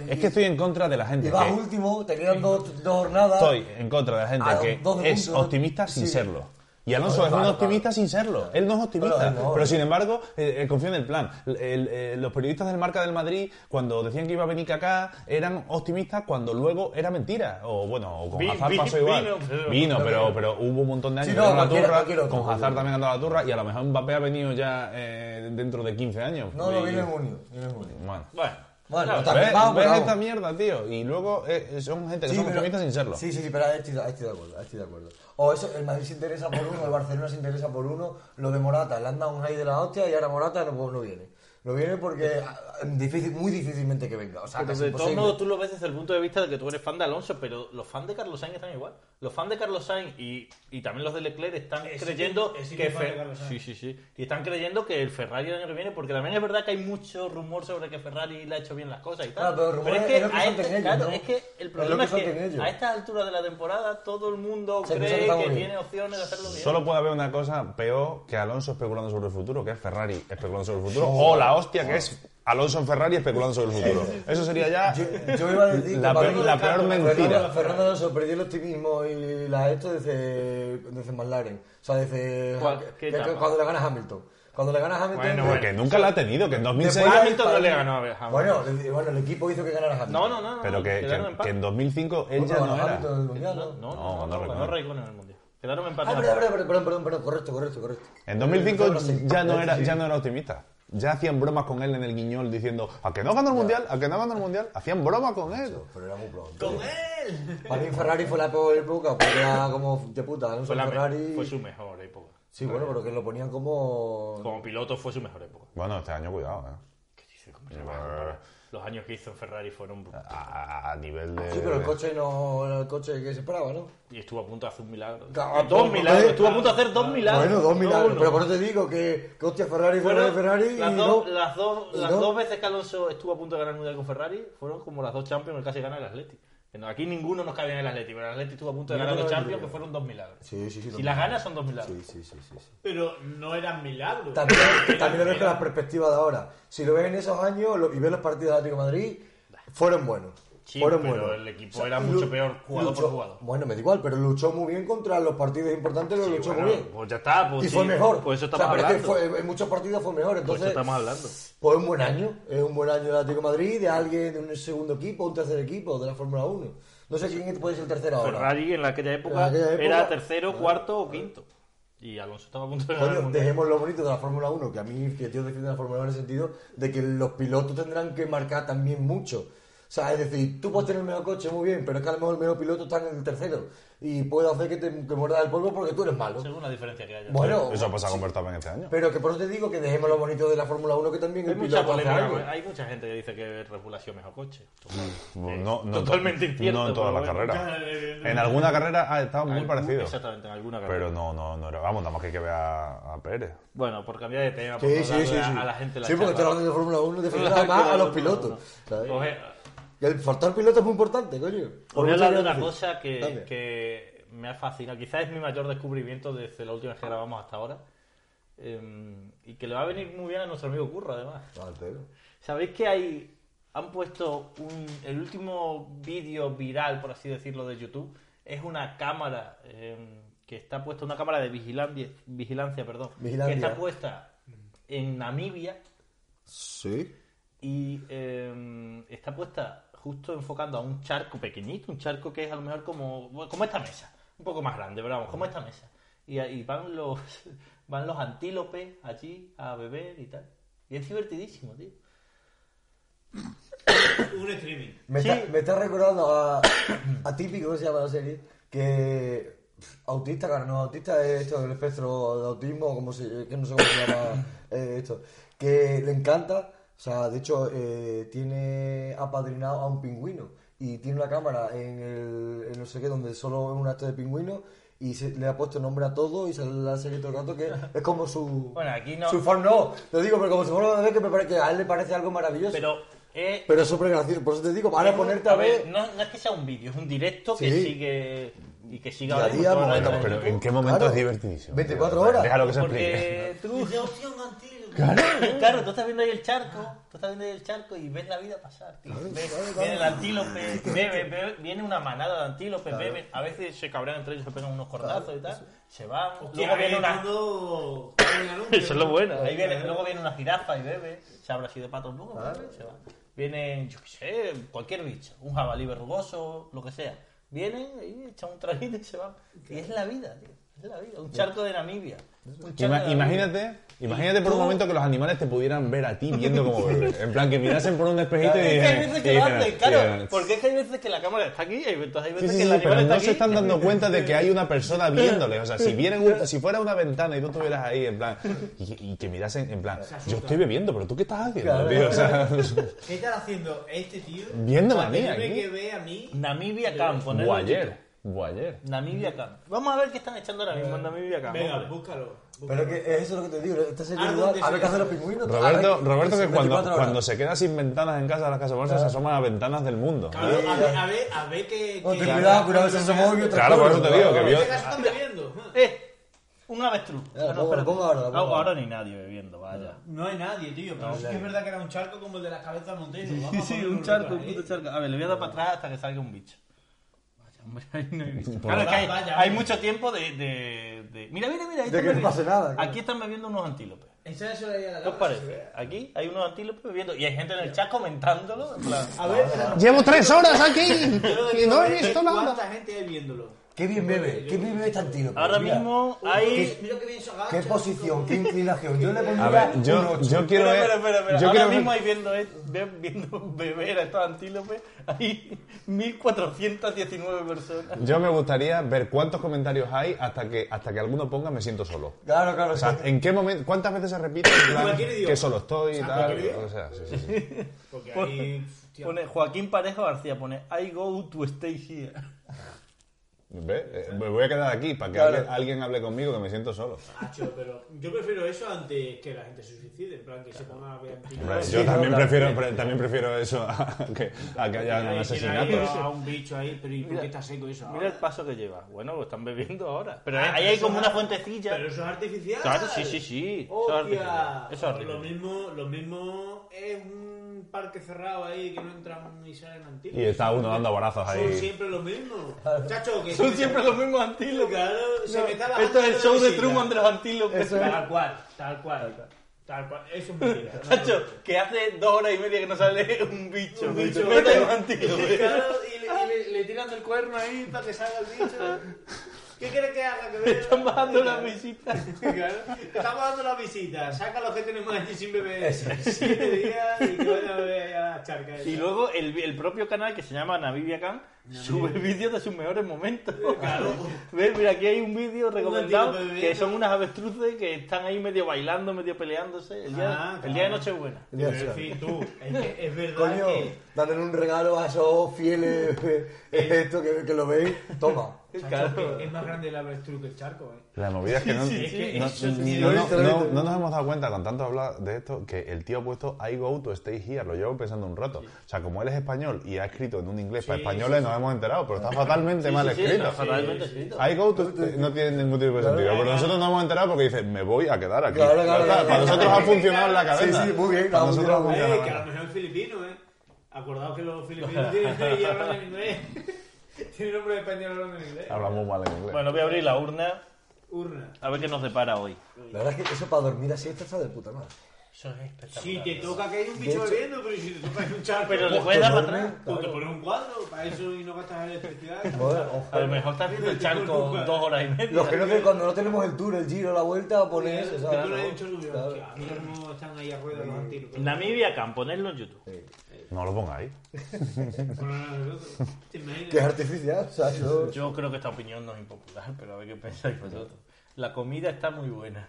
Speaker 3: Es que estoy en contra de la gente.
Speaker 2: Y vas
Speaker 3: que
Speaker 2: último, te quedan dos, dos jornadas.
Speaker 3: estoy en contra de la gente
Speaker 2: Ah,
Speaker 3: que
Speaker 2: dos de
Speaker 3: es
Speaker 2: punto, ¿no?
Speaker 3: optimista sin
Speaker 2: Sí.
Speaker 3: serlo. Y Alonso
Speaker 2: Claro,
Speaker 3: es un
Speaker 2: claro,
Speaker 3: optimista
Speaker 2: claro.
Speaker 3: sin serlo. Él no es
Speaker 2: Claro,
Speaker 3: optimista.
Speaker 2: no,
Speaker 3: pero
Speaker 2: no.
Speaker 3: sin embargo, eh, eh, confía en el plan. El- el- eh, los periodistas del Marca del Madrid, cuando decían que iba a venir Kaká, eran optimistas cuando luego era mentira. O bueno, o con
Speaker 4: Vi-
Speaker 3: Hazard
Speaker 4: vi-
Speaker 3: pasó igual.
Speaker 4: vino, pero-
Speaker 3: Vino, pero, pero hubo un montón de años
Speaker 2: Sí,
Speaker 3: que
Speaker 2: no,
Speaker 3: era una
Speaker 2: cualquiera,
Speaker 3: turra.
Speaker 2: cualquier otro,
Speaker 3: Con Hazard
Speaker 2: cualquier
Speaker 3: también andaba la turra. Y a lo mejor Mbappé ha venido ya eh, dentro de 15 años.
Speaker 2: No, no,
Speaker 3: Y-
Speaker 2: viene en junio. Viene en junio.
Speaker 3: Bueno.
Speaker 4: Bueno,
Speaker 2: Bueno,
Speaker 4: claro,
Speaker 2: está-
Speaker 3: ¿Ves,
Speaker 2: Vamos,
Speaker 3: ves
Speaker 2: vamos.
Speaker 3: esta mierda, tío? Y luego eh, son gente que son
Speaker 2: pero-
Speaker 3: optimistas sin serlo.
Speaker 2: Sí, sí, sí, pero ahí estoy, ahí estoy de acuerdo, ahí estoy de acuerdo. O eso, el Madrid se interesa por uno, el Barcelona se interesa por uno, lo de Morata, le han dado un high de la hostia y ahora Morata no, pues no viene. No viene porque ah, difícil, muy difícilmente que venga. O sea,
Speaker 4: pero
Speaker 2: Ah, casi
Speaker 4: de todos
Speaker 2: imposible.
Speaker 4: modos tú lo ves desde el punto de vista de que tú eres fan de Alonso, pero los fans de Carlos Sainz están igual. Los fans de Carlos Sainz y, y también los de Leclerc están
Speaker 1: He sido-
Speaker 4: creyendo
Speaker 1: he sido
Speaker 4: que
Speaker 1: fan de
Speaker 4: Fer-
Speaker 1: Carlos Sainz.
Speaker 4: sí, sí, sí. y están creyendo que el Ferrari el año que viene, porque también es verdad que hay mucho rumor sobre que Ferrari le ha hecho bien las cosas y tal.
Speaker 2: Claro, Ah, pero rumores es lo que
Speaker 4: a
Speaker 2: suelten
Speaker 4: este-
Speaker 2: ellos,
Speaker 4: claro,
Speaker 2: ¿no?
Speaker 4: es que el
Speaker 2: Es
Speaker 4: problema es
Speaker 2: lo que
Speaker 4: que,
Speaker 2: suelten ellos.
Speaker 4: a estas alturas de la temporada todo el mundo
Speaker 2: Se piensa que
Speaker 4: cree
Speaker 2: está
Speaker 4: que,
Speaker 2: muy bien.
Speaker 4: tiene opciones de hacerlo bien.
Speaker 3: Solo puede haber una cosa peor que Alonso especulando sobre el futuro, que es Ferrari especulando sobre el futuro, o la hostia que es Alonso en Ferrari especulando sobre el futuro. Eso sería ya
Speaker 2: Yo, yo iba a decir que
Speaker 3: la,
Speaker 2: para
Speaker 3: peor-
Speaker 2: mí-
Speaker 3: la peor
Speaker 2: Fernando,
Speaker 3: mentira.
Speaker 2: Fernando Alonso perdió el optimismo y la esto desde, desde McLaren. O sea, desde
Speaker 4: ¿Cuál- qué
Speaker 2: que-
Speaker 4: etapa?
Speaker 2: cuando le ganas a Hamilton. Cuando le ganas a Hamilton. pues
Speaker 4: Bueno,
Speaker 3: Porque nunca la ha tenido, que en 2006...
Speaker 2: Después-
Speaker 4: Hamilton no le ganó a ver, Hamilton.
Speaker 2: Bueno, le- bueno, el equipo hizo que ganara Hamilton.
Speaker 4: No, no, no, no.
Speaker 3: Pero que,
Speaker 4: quedaron
Speaker 3: que-
Speaker 4: en paz.
Speaker 3: que en 2005 él
Speaker 2: Bueno,
Speaker 3: ya no
Speaker 2: ganó
Speaker 3: era.
Speaker 2: Hamilton en el mundial,
Speaker 4: No,
Speaker 2: ¿no?
Speaker 4: no,
Speaker 3: No,
Speaker 4: no,
Speaker 3: no
Speaker 4: no,
Speaker 3: recuerdo.
Speaker 4: ganó Raikkonen en el mundial. Quedaron
Speaker 2: Ah,
Speaker 4: empatados.
Speaker 2: verdad, verdad, verdad, perdón, perdón, perdón, correcto, correcto, correcto.
Speaker 3: En 2005
Speaker 2: Sí,
Speaker 3: ya no
Speaker 2: sí,
Speaker 3: era,
Speaker 2: sí.
Speaker 3: ya no era optimista. Ya hacían bromas con él en el guiñol diciendo, ¿a que no ganó el mundial? ¿A que no ganó el mundial? Hacían bromas con él.
Speaker 2: Pero era muy pronto. ¡Con él! Para mí Ferrari fue la peor época, porque era como de puta, Alonso
Speaker 4: Fue, la me-
Speaker 2: Ferrari...
Speaker 4: fue su mejor época.
Speaker 2: Sí, bueno, pero que lo ponían como...
Speaker 4: Como piloto fue su mejor época.
Speaker 3: Bueno, este año cuidado, ¿eh?
Speaker 4: ¿Qué dices? ¿Cómo se va? Los años que hizo en Ferrari fueron brutales.
Speaker 2: Ah.
Speaker 3: A, a- a nivel de...
Speaker 2: Sí, pero el coche no era el coche que se esperaba, ¿no?
Speaker 4: Y estuvo a punto de hacer un milagro. Eh,
Speaker 2: Claro,
Speaker 4: dos
Speaker 2: dos
Speaker 4: milagros. Ah.
Speaker 2: milagros.
Speaker 4: Estuvo a punto de hacer dos milagros.
Speaker 2: Bueno, dos
Speaker 4: no
Speaker 2: milagros,
Speaker 4: uno.
Speaker 2: pero por eso te digo que, que hostia, Ferrari,
Speaker 4: Fueron
Speaker 2: Ferrari, Ferrari,
Speaker 4: las,
Speaker 2: y
Speaker 4: dos,
Speaker 2: no.
Speaker 4: las, dos,
Speaker 2: y
Speaker 4: las
Speaker 2: no.
Speaker 4: dos veces que Alonso estuvo a punto de ganar el mundial con Ferrari fueron como las dos Champions que casi gana el Atleti. Que no- Aquí ninguno nos cabía en el Atleti, pero el Atleti estuvo a punto de
Speaker 2: Yo
Speaker 4: ganar
Speaker 2: no
Speaker 4: dos
Speaker 2: lo
Speaker 4: Champions
Speaker 2: diría.
Speaker 4: que fueron dos milagros.
Speaker 2: Sí, sí, sí.
Speaker 4: si las ganas son dos milagros.
Speaker 2: Sí, sí, sí, sí. sí.
Speaker 1: Pero no eran milagros.
Speaker 2: También, también lo ves con la perspectiva de ahora. Si lo ves en esos años lo- y ves los partidos de Atlético de Madrid, fueron buenos.
Speaker 4: Sí,
Speaker 2: Fueron
Speaker 4: pero
Speaker 2: buenos.
Speaker 4: el equipo
Speaker 2: O sea,
Speaker 4: era
Speaker 2: lu-
Speaker 4: mucho peor jugador
Speaker 2: luchó-
Speaker 4: por jugador.
Speaker 2: Bueno, me da igual, pero luchó muy bien contra los partidos importantes, lo
Speaker 4: Sí,
Speaker 2: luchó
Speaker 4: bueno,
Speaker 2: muy bien.
Speaker 4: Pues ya está, pues
Speaker 2: y
Speaker 4: sí,
Speaker 2: fue mejor.
Speaker 4: Pues eso
Speaker 2: O sea, pero
Speaker 4: estamos
Speaker 2: es
Speaker 4: hablando.
Speaker 2: que fue- en muchos partidos fue mejor.
Speaker 4: Pues
Speaker 2: Entonces,
Speaker 4: eso estamos hablando.
Speaker 2: Pues un buen año, es un buen año del Atlético de Madrid, de alguien de un segundo equipo, un tercer equipo de la Fórmula 1. No sé quién puede ser el tercero ahora.
Speaker 4: Ferrari en aquella época,
Speaker 2: En aquella época,
Speaker 4: era tercero, cuarto o quinto. Y Alonso estaba a punto de ganar el
Speaker 2: Coño,
Speaker 4: mundial.
Speaker 2: dejemos lo bonito de la Fórmula 1, que a mí que yo defiendo la Fórmula 1 en el sentido de que los pilotos tendrán que marcar también mucho. O sea, es decir, tú puedes tener el mejor coche muy bien, pero es que a lo mejor el mejor piloto está en el tercero y puede hacer que te que muerdas el polvo porque tú eres malo.
Speaker 4: Según la diferencia que haya.
Speaker 2: Bueno,
Speaker 3: Eso ha pasado con Verstappen este año.
Speaker 2: pero que por eso te digo que dejemos lo bonito de la Fórmula 1, que también
Speaker 4: hay,
Speaker 2: el
Speaker 4: mucha
Speaker 2: piloto hace
Speaker 4: polémica,
Speaker 2: algo.
Speaker 4: hay mucha gente que dice que regulación mejor coche.
Speaker 3: Pues No, no,
Speaker 4: Totalmente incierto,
Speaker 3: No en todas
Speaker 4: pero
Speaker 3: las
Speaker 4: bueno. eh,
Speaker 3: carreras. En alguna carrera ha estado muy
Speaker 4: Algún-
Speaker 3: parecido.
Speaker 4: Exactamente, en alguna carrera.
Speaker 3: Pero no, no, no era. Vamos, nada más que hay que ver a, a Pérez.
Speaker 4: Bueno, por cambiar de tema, por
Speaker 2: Sí,
Speaker 4: no
Speaker 2: sí,
Speaker 4: darle
Speaker 2: sí, sí.
Speaker 4: a la gente la
Speaker 2: sí, porque estoy
Speaker 4: charla. *laughs*
Speaker 2: hablando de Fórmula 1, defiendo
Speaker 4: Pero
Speaker 2: además a los
Speaker 4: no, no,
Speaker 2: pilotos.
Speaker 4: no.
Speaker 2: ¿sabes?
Speaker 4: Coge-
Speaker 2: Y el factor piloto es muy importante, coño. Por
Speaker 4: Os voy a
Speaker 2: mucho
Speaker 4: hablar de
Speaker 2: que
Speaker 4: una
Speaker 2: decir.
Speaker 4: cosa que,
Speaker 2: Dale.
Speaker 4: que me ha fascinado. Quizás es mi mayor descubrimiento desde la última vez que grabamos hasta ahora. Em, y que le va a venir muy bien a nuestro amigo Curro, además.
Speaker 2: Ah, pero-
Speaker 4: ¿Sabéis que hay. Han puesto un, el último vídeo viral, por así decirlo, de YouTube. Es una cámara eh, que está puesta, una cámara de vigilancia, vigilancia, perdón,
Speaker 2: Vigilancia.
Speaker 4: que está puesta en Namibia
Speaker 2: Sí.
Speaker 4: y eh, está puesta justo enfocando a un charco pequeñito, un charco que es a lo mejor como, bueno, como esta mesa, un poco más grande, pero vamos, como esta mesa. Y ahí van los, *laughs* van los antílopes allí a beber y tal. Y es divertidísimo, tío.
Speaker 1: Un streaming.
Speaker 2: Me,
Speaker 4: Sí.
Speaker 2: está, me está recordando a, a Típico, ¿cómo se llama la serie? Que pff, autista, claro, no, autista es esto del espectro de autismo, como se, que no sé cómo se
Speaker 4: *laughs*
Speaker 2: llama eh, esto, que le encanta, o sea, de hecho, eh, tiene apadrinado a un pingüino y tiene una cámara en el, en no sé qué, donde solo es un acto de pingüino y se- le ha puesto nombre a todo y se le hace que todo el rato que es como su...
Speaker 4: Bueno, aquí no-
Speaker 2: Su fan no, lo digo, pero como su fan no, es que, me parece, que a él le parece algo maravilloso.
Speaker 4: Pero es,
Speaker 2: Pero es súper gracioso, por eso te digo, para ponerte a ver.
Speaker 4: no, no es que sea un vídeo, es un directo que
Speaker 2: Sí.
Speaker 4: sigue y que siga
Speaker 2: Día a día,
Speaker 4: toda la-
Speaker 2: momento a
Speaker 3: Pero, pero ¿en qué momento
Speaker 2: Claro.
Speaker 3: es divertidísimo?
Speaker 2: 24
Speaker 3: Tío,
Speaker 2: horas.
Speaker 3: Déjalo que se explique.
Speaker 4: Porque tú,
Speaker 1: Dice, hostia, un antílope.
Speaker 4: claro, tú estás viendo ahí el charco, tú estás viendo ahí el charco y ves la vida pasar, tío. Ves-
Speaker 2: claro, claro.
Speaker 4: Viene el antílope, bebe, bebe, viene una manada de antílopes, beben, a veces se cabrean entre ellos, se pegan unos cordazos y tal, se van,
Speaker 1: Hostia, eh,
Speaker 4: luego
Speaker 1: ahí
Speaker 4: viene una...
Speaker 1: todo- el anuncio,
Speaker 4: Eso es lo
Speaker 1: ¿no?
Speaker 4: bueno. Ahí
Speaker 3: Eh.
Speaker 4: viene, luego viene una jirafa y bebe, se abre así de patos luego, bebe, se va. Vienen, yo qué sé, cualquier bicho, un jabalí verrugoso, lo que sea. Vienen y echan un traguito y se van. Y es la vida, tío. Es la vida. Un charco de Namibia. Un charco
Speaker 3: Ima-
Speaker 4: de Namibia.
Speaker 3: imagínate, imagínate por un momento que los animales te pudieran ver a ti viendo
Speaker 4: *laughs*
Speaker 3: cómo bebes. En plan, que mirasen por un despejito y
Speaker 4: Es que hay
Speaker 3: dijeran-
Speaker 4: veces
Speaker 3: y
Speaker 4: que lo
Speaker 3: dijeran,
Speaker 4: hacen, claro.
Speaker 3: "Tío,
Speaker 4: Porque es que hay veces que la cámara está aquí y entonces hay
Speaker 3: Sí,
Speaker 4: veces
Speaker 3: sí,
Speaker 4: que el
Speaker 3: sí, pero
Speaker 4: animal está
Speaker 3: no
Speaker 4: aquí.
Speaker 3: se están dando cuenta de que hay una persona viéndole. O sea, si, vieran un- si fuera una ventana y tú estuvieras ahí, en plan, y, y que mirasen, en plan, yo estoy bebiendo, pero tú qué estás haciendo,
Speaker 2: Claro.
Speaker 3: tío? O sea,
Speaker 1: ¿Qué está haciendo este tío?
Speaker 3: Viéndome a mí,
Speaker 1: Para tenerme
Speaker 3: aquí.
Speaker 1: que ve a mí.
Speaker 4: Namibia Camp, ponerlo en
Speaker 3: guayer,
Speaker 4: YouTube.
Speaker 3: guayer.
Speaker 4: Namibia Camp.
Speaker 3: Mm.
Speaker 4: Vamos a ver qué están echando ahora
Speaker 3: Eh.
Speaker 4: mismo en Namibia Camp.
Speaker 1: Venga,
Speaker 4: hombre.
Speaker 1: búscalo.
Speaker 2: Pero es que es eso lo que te digo, esta serie
Speaker 1: Algo
Speaker 2: igual,
Speaker 1: de
Speaker 2: a ver
Speaker 1: ese-
Speaker 2: qué hacen los pingüinos. a
Speaker 3: Roberto,
Speaker 2: ver,
Speaker 3: Roberto que cuando,
Speaker 2: 24 pues horas.
Speaker 3: cuando se queda sin ventanas en casa de las casas bolsas, se asoman a ventanas del mundo.
Speaker 1: Claro, a ver, a ver, a ver que.
Speaker 2: Bueno,
Speaker 1: que-
Speaker 2: Oh, ten cuidado, cuidado, se asomó y otra
Speaker 3: Claro, por
Speaker 2: cosa.
Speaker 3: eso te digo, que
Speaker 1: En
Speaker 3: vio...
Speaker 1: este caso están bebiendo.
Speaker 4: Eh, un avestruz.
Speaker 2: Ya,
Speaker 4: Ah,
Speaker 2: la pongo, la
Speaker 4: espérate.
Speaker 2: pongo ahora, la pongo
Speaker 4: Ah,
Speaker 2: ahora.
Speaker 4: ahora ni nadie bebiendo, vaya.
Speaker 1: No hay nadie, tío. Pero sí que es verdad que era un charco como el de las cabezas de Montero.
Speaker 4: Sí,
Speaker 1: Vamos a
Speaker 4: sí,
Speaker 1: ponerlo
Speaker 4: un charco, un
Speaker 1: ahí.
Speaker 4: puto charco. A ver, le voy a dar para atrás hasta que salga un bicho. Vaya, hombre, ahí no hay bicho.
Speaker 3: Por
Speaker 4: Claro, es que hay,
Speaker 1: atrás, vaya,
Speaker 4: hay
Speaker 1: hombre.
Speaker 4: mucho tiempo de... de, de- Mira, mira, mira. ahí
Speaker 2: De que no
Speaker 4: están bebiendo.
Speaker 2: pase nada, claro.
Speaker 4: Aquí están bebiendo unos antílopes.
Speaker 1: Esa es la idea de la
Speaker 4: ¿Qué os
Speaker 1: cara, se
Speaker 4: parece?
Speaker 1: ve.
Speaker 4: Aquí hay unos antílopes bebiendo y hay gente en el chat comentándolo. En plan,
Speaker 1: A ver, pero-
Speaker 3: Llevo tres horas aquí
Speaker 1: yo lo que
Speaker 3: y no
Speaker 1: digo
Speaker 3: he
Speaker 1: es
Speaker 3: visto nada.
Speaker 1: ¿Cuánta gente hay viéndolo?
Speaker 2: Qué bien bebe, qué bien bebe este antílope.
Speaker 4: ahora
Speaker 2: mira.
Speaker 4: mismo hay...
Speaker 1: Uh, Mira que bien se agacha.
Speaker 2: Qué posición, qué inclinación. Yo le pondría
Speaker 3: A ver,
Speaker 2: un
Speaker 3: yo,
Speaker 2: ocho.
Speaker 3: yo quiero
Speaker 4: Espera,
Speaker 3: ver...
Speaker 4: espera, espera, espera.
Speaker 3: yo
Speaker 4: Ahora
Speaker 3: quiero ver-
Speaker 4: mismo hay viendo, eh, ve- viendo beber a estos antílopes. Hay 1419 personas.
Speaker 3: Yo me gustaría ver cuántos comentarios hay hasta que, hasta que alguno ponga me siento solo.
Speaker 2: Claro, claro.
Speaker 3: O sea, ¿en qué momento? ¿Cuántas veces se repite en plan,
Speaker 1: Cualquier idioma.
Speaker 3: que solo estoy y
Speaker 1: Ah,
Speaker 3: tal?
Speaker 1: cualquier idioma.
Speaker 3: O sea, sí, sí, sí.
Speaker 1: Porque
Speaker 4: Pone,
Speaker 1: ahí. hostia,
Speaker 4: pone Joaquín Parejo García, pone I go to stay here.
Speaker 3: ¿Ves? Eh, me voy a quedar aquí para que
Speaker 2: Claro.
Speaker 3: alguien, alguien hable conmigo que me siento solo.
Speaker 1: Macho, pero yo prefiero eso antes que la gente se suicide, en plan que se ponga a ver
Speaker 3: Hombre,
Speaker 2: Sí,
Speaker 3: yo también,
Speaker 2: no, claro.
Speaker 3: prefiero, pre- también prefiero eso a que, a que haya
Speaker 1: Ahí tiene ahí
Speaker 3: asesinatos.
Speaker 1: A un bicho ahí, pero ¿y por qué está seco eso? ahora?
Speaker 4: Mira el paso que lleva. Bueno, lo están bebiendo ahora. Pero
Speaker 1: Ah,
Speaker 4: ahí
Speaker 1: pero
Speaker 4: hay
Speaker 1: eso
Speaker 4: como
Speaker 1: es
Speaker 4: una
Speaker 1: ar-
Speaker 4: fuentecilla.
Speaker 1: Pero eso es artificial.
Speaker 4: Claro, sí, sí, sí. Eso es
Speaker 1: Hostia.
Speaker 4: artificial. Eso es
Speaker 1: Pues lo
Speaker 4: horrible.
Speaker 1: mismo, lo mismo es un parque cerrado ahí que no entran ni salen antiguos.
Speaker 3: Y está uno dando abrazos
Speaker 1: Son
Speaker 3: ahí.
Speaker 1: siempre lo mismo. Chacho, que
Speaker 4: Son siempre los mismos antílopes.
Speaker 1: Claro, se me está la
Speaker 4: Esto es el
Speaker 1: gente
Speaker 4: show de
Speaker 1: visita.
Speaker 4: Truman de los antílopes.
Speaker 2: Eso es.
Speaker 1: Tal cual, tal cual. Tal cual. Eso es mentira. no me gusta.
Speaker 4: Chacho, que hace dos horas y media que no sale un bicho.
Speaker 1: Un bicho.
Speaker 4: Mete un
Speaker 1: Y,
Speaker 4: antílope.
Speaker 1: claro, y le, y le- le tiran del cuerno ahí para que salga el bicho. ¿Qué quieres que haga?
Speaker 4: *laughs*
Speaker 1: Que
Speaker 4: Me están
Speaker 1: vea?
Speaker 4: bajando las visitas.
Speaker 1: Claro. Estamos dando la visita. Saca los que tenemos allí sin beber. Siete días y que vayan a beber a la charca. esa.
Speaker 4: Y luego el, el propio canal que se llama Namibia Can sube vídeos de sus mejores momentos. *laughs*
Speaker 1: Claro.
Speaker 4: ¿Ves? Mira, aquí hay un vídeo recomendado
Speaker 1: antiguo bebé,
Speaker 4: que
Speaker 1: ¿no?
Speaker 4: son unas avestruces que están ahí medio bailando, medio peleándose. El día,
Speaker 1: Ah,
Speaker 4: el día de
Speaker 1: claro.
Speaker 4: Nochebuena.
Speaker 1: Pero,
Speaker 2: Dios,
Speaker 1: en
Speaker 2: sea.
Speaker 1: fin, tú, es, que es verdad
Speaker 2: Coño,
Speaker 1: que...
Speaker 2: dándole un regalo a esos fieles eh, esto que, que lo veis. Toma.
Speaker 1: Chacho,
Speaker 4: Claro.
Speaker 1: que es más grande el avestruz que el charco, ¿eh?
Speaker 3: La movida es que no,
Speaker 1: sí, sí.
Speaker 3: no-
Speaker 1: Eso
Speaker 3: no-
Speaker 2: sí,
Speaker 3: no-
Speaker 2: lo he visto, lo he
Speaker 3: no-
Speaker 2: visto.
Speaker 3: no nos hemos dado cuenta con tanto hablar de esto que el tío ha puesto I go to stay here, lo llevo pensando un rato. O sea, como él es español y ha escrito en un inglés para
Speaker 1: Sí,
Speaker 3: españoles,
Speaker 1: sí,
Speaker 3: nos hemos enterado, pero está fatalmente mal
Speaker 4: Sí, sí,
Speaker 3: escrito.
Speaker 4: está fatalmente escrito.
Speaker 3: I go to stay- no tiene ningún tipo de sentido, pero nosotros nos hemos enterado porque dice, me voy a quedar aquí.
Speaker 2: Claro,
Speaker 3: Ya
Speaker 2: claro,
Speaker 3: está,
Speaker 2: claro,
Speaker 3: para
Speaker 2: claro.
Speaker 3: nosotros ha funcionado en la cabeza.
Speaker 2: Sí, sí, muy bien,
Speaker 3: Para
Speaker 2: ha
Speaker 3: nosotros ha
Speaker 2: funcionado muy
Speaker 1: Eh,
Speaker 3: funcionado en la
Speaker 1: que a
Speaker 3: cabeza.
Speaker 1: lo mejor es filipino, ¿eh? Acordaos que los filipinos tienen y hablan en inglés. *laughs* Tiene nombre de español hablando en inglés.
Speaker 3: Habla muy mal en inglés.
Speaker 4: Bueno, voy a abrir la urna
Speaker 1: Urna.
Speaker 4: a ver qué nos depara hoy.
Speaker 2: La verdad es que eso para dormir así está está de puta madre.
Speaker 4: Eso es espectacular.
Speaker 1: Si te toca que hay un bicho
Speaker 2: hecho-
Speaker 1: bebiendo, pero si te toca hay un charco...
Speaker 4: Pero le
Speaker 1: Pero
Speaker 4: puedes dar para
Speaker 2: Dormir,
Speaker 4: atrás.
Speaker 1: Tú te
Speaker 2: claro.
Speaker 1: pones un cuadro para eso y no gastas electricidad.
Speaker 2: Joder, ojo.
Speaker 4: A lo mejor estás viendo
Speaker 1: *laughs*
Speaker 4: el charco dos horas y media.
Speaker 2: Los que no te- cuando no tenemos el tour, el giro, la vuelta, pones.
Speaker 1: Te
Speaker 2: ¿sabes?
Speaker 1: pones ahí un charco y dices,
Speaker 2: Claro.
Speaker 1: "Hostia, mira cómo están ahí a ruedas los antílopes.
Speaker 4: Namibia Can, ponedlo en YouTube.
Speaker 3: No lo pongáis.
Speaker 1: ¿Te imaginas?
Speaker 2: Que es artificial, o sea, yo-
Speaker 4: Yo creo que esta opinión no es impopular, pero a ver qué pensáis vosotros. La comida está muy buena.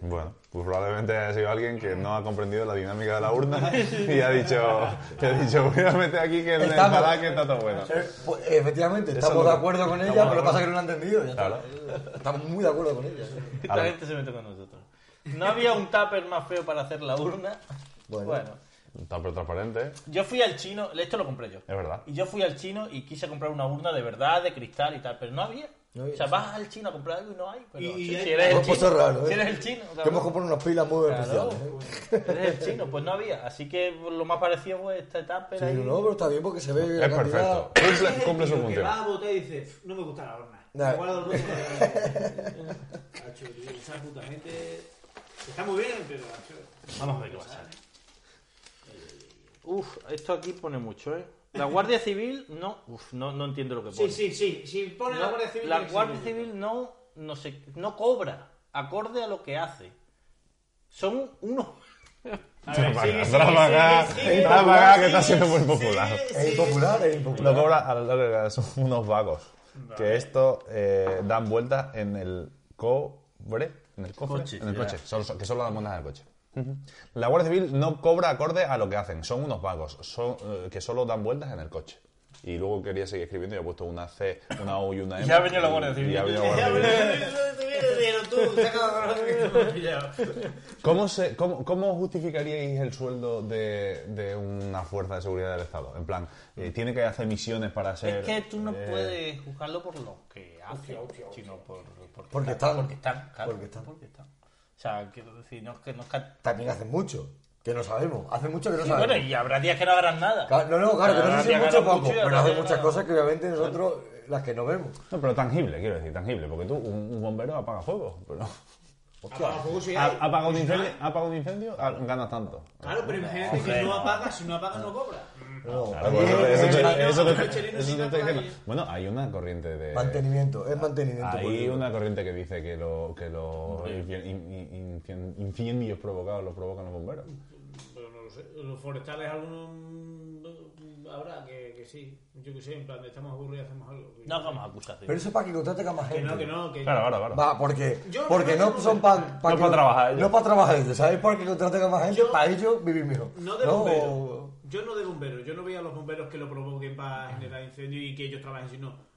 Speaker 3: Bueno, pues probablemente haya sido alguien que no ha comprendido la dinámica de la urna y ha dicho, te ha dicho voy a meter aquí que el
Speaker 2: Estamos-
Speaker 3: ensalada que está todo bueno.
Speaker 2: Eh, pues, Efectivamente,
Speaker 3: Eso
Speaker 2: estamos
Speaker 3: no-
Speaker 2: de acuerdo con
Speaker 3: estamos
Speaker 2: ella,
Speaker 3: de
Speaker 2: pero
Speaker 3: acuerdo.
Speaker 2: pasa que no lo han entendido. ya está.
Speaker 3: Claro.
Speaker 2: Estamos muy de acuerdo con ella. sí.
Speaker 4: Esta
Speaker 3: Ahora-
Speaker 4: gente se mete con nosotros. No había un tupper más feo para hacer la urna. Bueno.
Speaker 2: Bueno.
Speaker 3: Está pero transparente,
Speaker 4: yo fui al chino, esto lo compré yo.
Speaker 3: es verdad.
Speaker 4: Y yo fui al chino y quise comprar una urna de verdad, de cristal y tal, pero no había.
Speaker 2: No había.
Speaker 4: o sea, vas al chino a comprar algo y no hay. Pero
Speaker 1: Y- y
Speaker 4: si,
Speaker 1: hay-
Speaker 4: si eres el
Speaker 2: Pues
Speaker 4: chino,
Speaker 2: es raro, ¿eh?
Speaker 4: si eres el chino,
Speaker 2: Que hemos comprado unas pilas muy
Speaker 4: claro,
Speaker 2: especiales. ¿eh?
Speaker 4: eres el chino, pues no había. Así que lo más parecido fue este esta etapa.
Speaker 2: Sí, no, pero está bien porque se ve. la
Speaker 3: Es perfecto.
Speaker 2: cantidad.
Speaker 3: Cumple,
Speaker 1: *laughs*
Speaker 3: cumple su
Speaker 1: Lo que
Speaker 3: función.
Speaker 1: va a votar y dice, no me gusta la horna.
Speaker 2: Nah.
Speaker 1: Me guardo el voto para- Macho, tío, esa puta gente... Está muy bien, pero... macho,
Speaker 4: Vamos a ver qué pasa. Uf, esto aquí pone mucho, ¿eh? La Guardia Civil no. Uf, no, no entiendo lo que pone.
Speaker 1: Sí, sí, sí. Si pone la
Speaker 4: No,
Speaker 1: Guardia Civil...
Speaker 4: la
Speaker 1: tiene que ser
Speaker 4: Guardia
Speaker 1: bien.
Speaker 4: Civil no, no, se, no cobra acorde a lo que hace. Son unos.
Speaker 3: Trabaja, trabaja, trabaja, que está siendo muy popular.
Speaker 2: Es impopular, es impopular.
Speaker 3: Lo cobra a la larga, son *laughs* unos vagos. Que esto eh, dan vueltas en el cobre. En el cofre,
Speaker 4: Coche,
Speaker 3: en el
Speaker 4: ya.
Speaker 3: coche, solo- que solo dan vueltas en el coche. La Guardia Civil no cobra acorde a lo que hacen, son unos vagos, son, eh, que solo dan vueltas en el coche. Y luego quería seguir escribiendo y he puesto una C, una O y una M.
Speaker 4: *laughs* Ya ha venido la Guardia Civil.
Speaker 3: Y ha
Speaker 4: *laughs*
Speaker 3: venido la
Speaker 1: Ya,
Speaker 3: Guardia
Speaker 1: pero
Speaker 3: Civil.
Speaker 1: tú dijeron tú, se ha quedado con lo que hemos pillado.
Speaker 3: ¿Cómo, se, cómo, cómo justificaríais el sueldo de, de una fuerza de seguridad del Estado? En plan, eh, tiene que hacer misiones para ser...
Speaker 4: Es que tú no
Speaker 3: eh,
Speaker 4: puedes juzgarlo por lo que hace, sino por,
Speaker 2: Porque están.
Speaker 4: Porque están, claro,
Speaker 2: Porque están.
Speaker 4: porque están. O sea, quiero decir, no es que no es que-
Speaker 2: También hacen mucho, que no sabemos. Hacen mucho que no
Speaker 4: Sí,
Speaker 2: sabemos.
Speaker 4: bueno, y habrá días que no harán nada.
Speaker 2: Claro, No, no, claro, que no
Speaker 4: Habrá
Speaker 2: sé si
Speaker 4: días
Speaker 2: es
Speaker 4: que
Speaker 2: mucho o
Speaker 4: harán
Speaker 2: poco,
Speaker 4: y
Speaker 2: pero
Speaker 4: habrá
Speaker 2: hacen
Speaker 4: días que
Speaker 2: muchas
Speaker 4: no
Speaker 2: cosas que obviamente nosotros, eh, las que no vemos.
Speaker 3: No, pero tangible, quiero decir, tangible, porque tú, un, un bombero apaga fuego, pero...
Speaker 1: Apaga fuego si
Speaker 3: Ha-
Speaker 1: hay.
Speaker 3: Apaga un incendio, apaga un incendio ah, ganas tanto.
Speaker 1: Claro, pero imagínate que no apaga, si no apaga no cobra.
Speaker 2: No,
Speaker 3: Claro,
Speaker 2: también
Speaker 3: pues,
Speaker 2: es
Speaker 3: eso,
Speaker 1: Chelino,
Speaker 3: te- eso te-
Speaker 1: pero Chelino
Speaker 3: eso
Speaker 1: sí
Speaker 3: te
Speaker 1: no
Speaker 3: estoy
Speaker 1: apaga
Speaker 3: diciendo. Bueno, hay una corriente de...
Speaker 2: mantenimiento, es mantenimiento.
Speaker 3: Hay
Speaker 2: político.
Speaker 3: Eh, ah, una corriente que dice que, lo, que los infien- in- in- incendios provocados los provocan los bomberos.
Speaker 1: Pero no lo sé. Los forestales algunos mm, habrá que, que sí. Yo que sé, en plan de estamos aburridos y hacemos algo.
Speaker 4: No hagamos acusaciones.
Speaker 2: Pero eso es para que contraten a más
Speaker 1: Que
Speaker 2: gente.
Speaker 1: no, que no, que
Speaker 3: Claro, claro, claro.
Speaker 2: Va, porque,
Speaker 1: Yo
Speaker 2: porque
Speaker 1: creo
Speaker 2: no
Speaker 1: que no-
Speaker 2: son para
Speaker 3: No pa' trabajar ellos.
Speaker 2: No para trabajar ellos, ¿sabes? Para que contraten a más gente,
Speaker 1: Yo-
Speaker 2: para ellos vivir mejor.
Speaker 1: No de
Speaker 2: o-
Speaker 1: bomberos. Yo no de bomberos. Yo no veo a los bomberos que lo provoquen para generar incendio y que ellos trabajen, sino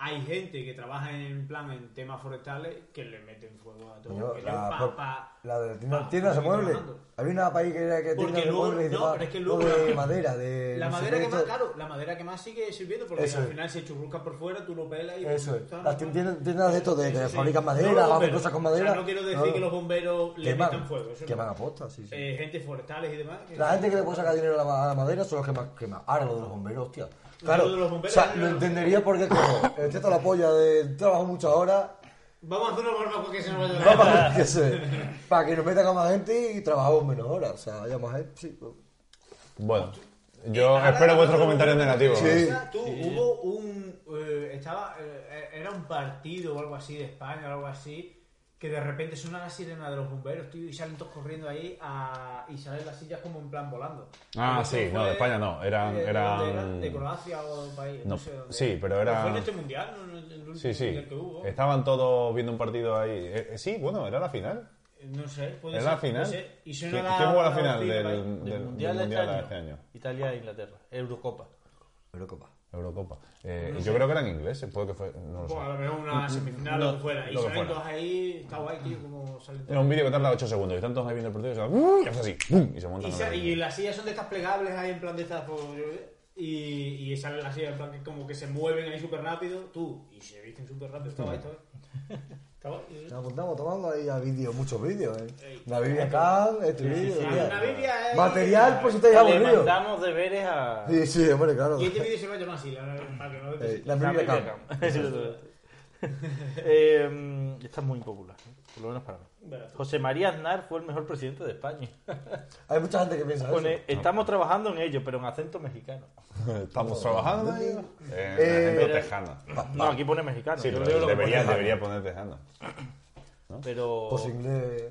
Speaker 1: hay gente que trabaja en plan en temas forestales que le meten fuego a todo.
Speaker 2: Coño,
Speaker 1: que
Speaker 2: la,
Speaker 1: le- pa-
Speaker 2: por-
Speaker 1: pa-
Speaker 2: la de tienda,
Speaker 1: pa-
Speaker 2: tiendas de
Speaker 1: pa-
Speaker 2: muebles.
Speaker 1: trabajando.
Speaker 2: Había una país que era
Speaker 1: Porque
Speaker 2: que tiendas de
Speaker 1: luego-
Speaker 2: muebles y
Speaker 1: no,
Speaker 2: demás,
Speaker 1: pero es que
Speaker 2: o
Speaker 1: luego
Speaker 2: de
Speaker 1: la-
Speaker 2: madera, de.
Speaker 1: *laughs* La
Speaker 2: Eh, no sé
Speaker 1: madera
Speaker 2: qué,
Speaker 1: que más,
Speaker 2: esto-
Speaker 1: claro, la madera que más sigue sirviendo porque
Speaker 2: Eso
Speaker 1: al
Speaker 2: es.
Speaker 1: final se churruca por fuera, tú lo pelas y...
Speaker 2: Eso es.
Speaker 1: Está,
Speaker 2: Las
Speaker 1: ¿no?
Speaker 2: tiendas, tiendas de esto de que
Speaker 1: Eso sí.
Speaker 2: fabrican
Speaker 1: No los
Speaker 2: madera, hacen
Speaker 1: bomberos.
Speaker 2: cosas con
Speaker 1: O sea,
Speaker 2: madera.
Speaker 1: no quiero decir
Speaker 2: no,
Speaker 1: que los bomberos le
Speaker 2: queman,
Speaker 1: metan fuego. Eso
Speaker 2: Queman
Speaker 1: no.
Speaker 2: a posta, sí, sí.
Speaker 1: Eh, gente forestales y demás. que-
Speaker 2: La gente que le puede sacar dinero a la ma- a la madera son los que más queman. Ahora lo de los bomberos, hostia. Claro,
Speaker 1: de los bomberos
Speaker 2: o sea,
Speaker 1: es
Speaker 2: lo
Speaker 1: lo-
Speaker 2: entendería porque como el teto a la polla de trabajo muchas horas,
Speaker 1: Vamos a hacer una barbacoa que se nos va a
Speaker 2: no,
Speaker 1: llevar.
Speaker 2: para, que se- para que nos metan a más gente y trabajamos menos horas. O sea, haya más gente, sí, pues.
Speaker 3: Bueno, yo
Speaker 1: Ahora,
Speaker 3: espero vuestros
Speaker 1: cuando-
Speaker 3: comentarios negativos.
Speaker 2: Sí.
Speaker 1: Tú, hubo un. eh, estaba. eh, era un partido o algo así de España o algo así. Que de repente suena la sirena de los bomberos, tío, y salen todos corriendo ahí a- y salen las sillas como en plan volando.
Speaker 3: Ah,
Speaker 1: Pero
Speaker 3: sí,
Speaker 1: eso
Speaker 3: no, de
Speaker 1: fue-
Speaker 3: España no, eran-
Speaker 1: eh, ¿de
Speaker 3: eran-
Speaker 1: dónde eran? De Croacia o de un país. No,
Speaker 3: No,
Speaker 1: sé dónde.
Speaker 3: sí, pero era-
Speaker 1: Fue en este mundial, ¿no? En el- el último
Speaker 3: Sí, sí.
Speaker 1: mundial que hubo.
Speaker 3: Estaban todos viendo un partido ahí. Eh, eh, sí, bueno, era la final.
Speaker 1: Eh, No sé, puede
Speaker 3: ¿Era
Speaker 1: ser.
Speaker 3: la final?
Speaker 1: puede ser. Y
Speaker 3: ¿Quién
Speaker 1: suena
Speaker 3: quién
Speaker 1: la.
Speaker 3: jugó la
Speaker 1: la
Speaker 3: final
Speaker 1: bocina
Speaker 3: del,
Speaker 1: por ahí.
Speaker 3: del-
Speaker 4: Del
Speaker 3: del
Speaker 4: mundial, de
Speaker 3: Mundial
Speaker 4: este,
Speaker 3: este
Speaker 4: año.
Speaker 3: año?
Speaker 4: Italia e Inglaterra. Eurocopa.
Speaker 2: Eurocopa.
Speaker 3: Eurocopa. Eh, yo creo que eran ingleses, puede que fue. No lo sé.
Speaker 1: Bueno, a lo mejor una semifinal o lo que fuera. Y
Speaker 3: Mm, lo que
Speaker 1: salen
Speaker 3: fuera.
Speaker 1: todos ahí, está guay, tío, como salen todos.
Speaker 3: Era un vídeo que tarda 8 segundos y están todos ahí viendo el partido y se van, y hace así, ¡pum! y se montan.
Speaker 1: Y,
Speaker 3: a
Speaker 1: sa-
Speaker 3: la
Speaker 1: y
Speaker 3: película.
Speaker 1: las sillas son de estas plegables ahí en plan de estas. pues, yo qué sé. Y, y salen las sillas en plan que como que se mueven ahí súper rápido. Tú, y se visten súper rápido. Está guay, está guay. Está guay. yo qué sé.
Speaker 2: Nos apuntamos tomando ahí a vídeos, muchos vídeos, ¿eh?
Speaker 1: Ey.
Speaker 2: Una Biblia Khan, este vídeo.
Speaker 1: sí,
Speaker 2: tía.
Speaker 1: una Biblia, eh.
Speaker 2: Material, pues, este- por si estáis
Speaker 4: Le
Speaker 2: aburridos.
Speaker 4: mandamos deberes a...
Speaker 2: Sí, sí, hombre, claro.
Speaker 1: Y este vídeo se va a llamar así, la verdad, para que no lo
Speaker 2: Eh,
Speaker 1: veáis.
Speaker 2: la Biblia
Speaker 4: Biblia
Speaker 2: Khan.
Speaker 4: *laughs* Khan. Eh, esta es muy impopular, ¿eh? por lo menos para mí.
Speaker 1: Verás tú.
Speaker 4: José María Aznar fue el mejor presidente de España.
Speaker 2: Hay mucha gente que piensa eso.
Speaker 4: Pone, estamos trabajando en ello, pero en acento mexicano.
Speaker 3: *laughs* Estamos trabajando ahí. Eh,
Speaker 2: Eh,
Speaker 3: la gente
Speaker 4: pero-
Speaker 3: tejana.
Speaker 4: No, aquí pone mexicano.
Speaker 3: Sí,
Speaker 4: Yo
Speaker 3: pero
Speaker 4: leo lo que
Speaker 3: debería,
Speaker 4: pone.
Speaker 3: debería poner tejana.
Speaker 4: Pero,
Speaker 2: Pues inglés.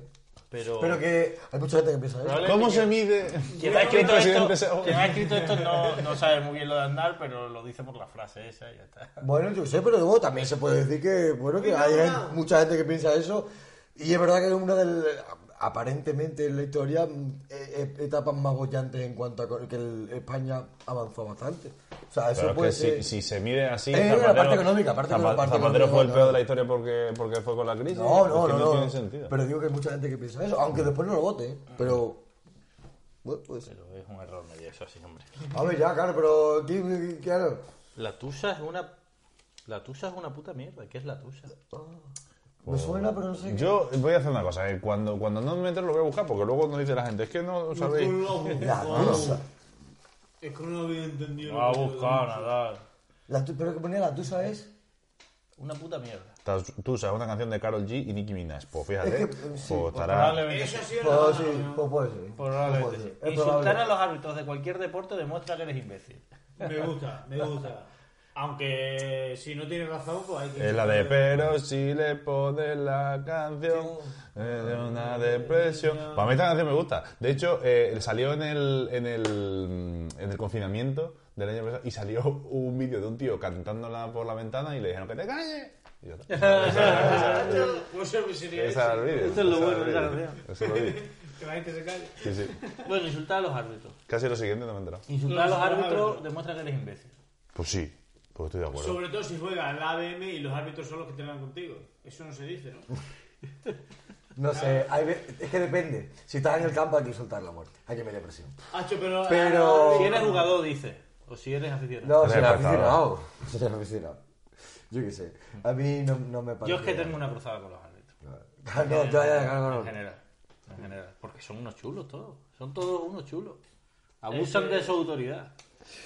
Speaker 4: pero,
Speaker 2: Pero que hay mucha gente que piensa eso.
Speaker 4: Probablemente
Speaker 3: ¿Cómo
Speaker 4: que-
Speaker 3: se mide?
Speaker 4: Quien ha
Speaker 3: que el
Speaker 4: escrito
Speaker 3: presidente
Speaker 4: esto, quien ha
Speaker 3: sea
Speaker 4: escrito esto no, no sabe muy bien lo de andar, pero lo dice por la frase esa y ya está.
Speaker 2: Bueno, yo sé, pero luego también se puede decir que, bueno, que hay
Speaker 1: Cuidado.
Speaker 2: mucha gente que piensa eso. Y es verdad que es una del aparentemente en la historia mm, eh, eh, etapas más bollantes en cuanto a co- que el- España avanzó bastante. O sea, eso
Speaker 3: Pero es
Speaker 2: puede
Speaker 3: que si,
Speaker 2: ser.
Speaker 3: si se mide así.
Speaker 2: Eh, la parte económica, aparte de la
Speaker 3: Zapa-
Speaker 2: parte
Speaker 3: Zapatero fue el
Speaker 2: económica,
Speaker 3: peor de la historia porque, porque fue con la crisis.
Speaker 2: No,
Speaker 3: Es
Speaker 2: no,
Speaker 3: que
Speaker 2: no,
Speaker 3: no
Speaker 2: no.
Speaker 3: tiene sentido.
Speaker 2: Pero digo que hay mucha gente que piensa eso, aunque después no lo vote, ¿eh? pero bueno, puede ser.
Speaker 4: Pero es un error medio eso, así, hombre.
Speaker 2: A ver, ya, claro, pero aquí, claro.
Speaker 4: La tusa es una. La tusa es una puta mierda. ¿Qué es la tusa?
Speaker 2: Me suena, pero no sé.
Speaker 3: Yo voy a hacer una cosa, eh, cuando, cuando no me entero lo voy a buscar, porque luego nos dice la gente, es que no sabéis.
Speaker 1: Con los ojos,
Speaker 2: La
Speaker 1: con-
Speaker 2: tusa.
Speaker 1: Es que no había entendido.
Speaker 4: Va a
Speaker 1: lo que-
Speaker 4: buscar, Nadal.
Speaker 2: La tu- pero que ponía la tusa es.
Speaker 4: Una puta mierda.
Speaker 3: Tusa es una canción de Karol G y Nicki Minaj. Pues fíjate,
Speaker 2: Es que, eh, sí.
Speaker 3: pues estará.
Speaker 4: Probablemente.
Speaker 1: Eso ha sido
Speaker 2: Pues
Speaker 1: la-
Speaker 2: sí, pues puede ser. Pues puede
Speaker 4: Ah. Probablemente.
Speaker 2: ser.
Speaker 4: sí.
Speaker 2: Es
Speaker 4: Insultar
Speaker 2: probable.
Speaker 4: a los árbitros de cualquier deporte demuestra que eres imbécil.
Speaker 1: Me gusta, me gusta. Aunque si no tiene razón, pues hay que.
Speaker 3: Es la de Pero si le pones la canción eh, de una depresión. Para mí esta canción me gusta. De hecho, eh, salió en el, en el, mm, en el confinamiento del año pasado y salió un vídeo de un tío cantándola por la ventana y le dijeron que te calles. Y yo,
Speaker 1: No sé qué sería
Speaker 3: Ese
Speaker 4: *laughs*
Speaker 3: era el vídeo.
Speaker 4: Eso es lo
Speaker 3: ese era
Speaker 4: bueno
Speaker 3: el
Speaker 4: de esa
Speaker 3: vídeo,
Speaker 4: canción.
Speaker 3: ese era el vídeo.
Speaker 1: eso, Que la gente se calle.
Speaker 3: Sí, sí.
Speaker 4: Bueno, insultar a los árbitros.
Speaker 3: Casi lo siguiente no me he enterado.
Speaker 4: Insultar a los
Speaker 1: Los
Speaker 4: árbitros
Speaker 1: árbitros.
Speaker 4: demuestra que eres imbécil.
Speaker 3: Pues sí, pues estoy de acuerdo.
Speaker 1: Sobre todo si juegas la ABM y los árbitros son los que te dan contigo. Eso no se dice, ¿no?
Speaker 2: No sé, hay ve- es que depende. Si estás en el campo hay que soltar la muerte, hay que meter presión.
Speaker 1: Hacho, pero.
Speaker 2: Pero-
Speaker 4: Si eres jugador, dice. O si eres
Speaker 2: No,
Speaker 4: aficionado.
Speaker 3: Te
Speaker 2: si la
Speaker 3: he despertado.
Speaker 2: aficionado. *laughs* Si la aficionado. Yo qué sé. A mí no, no me parece.
Speaker 4: Yo es que tengo una cruzada con los árbitros.
Speaker 2: *laughs* No, no, ya, ya, claro,
Speaker 4: En
Speaker 2: claro.
Speaker 4: general. En general. Porque son unos chulos todos. Son todos unos chulos. Abusan de su autoridad.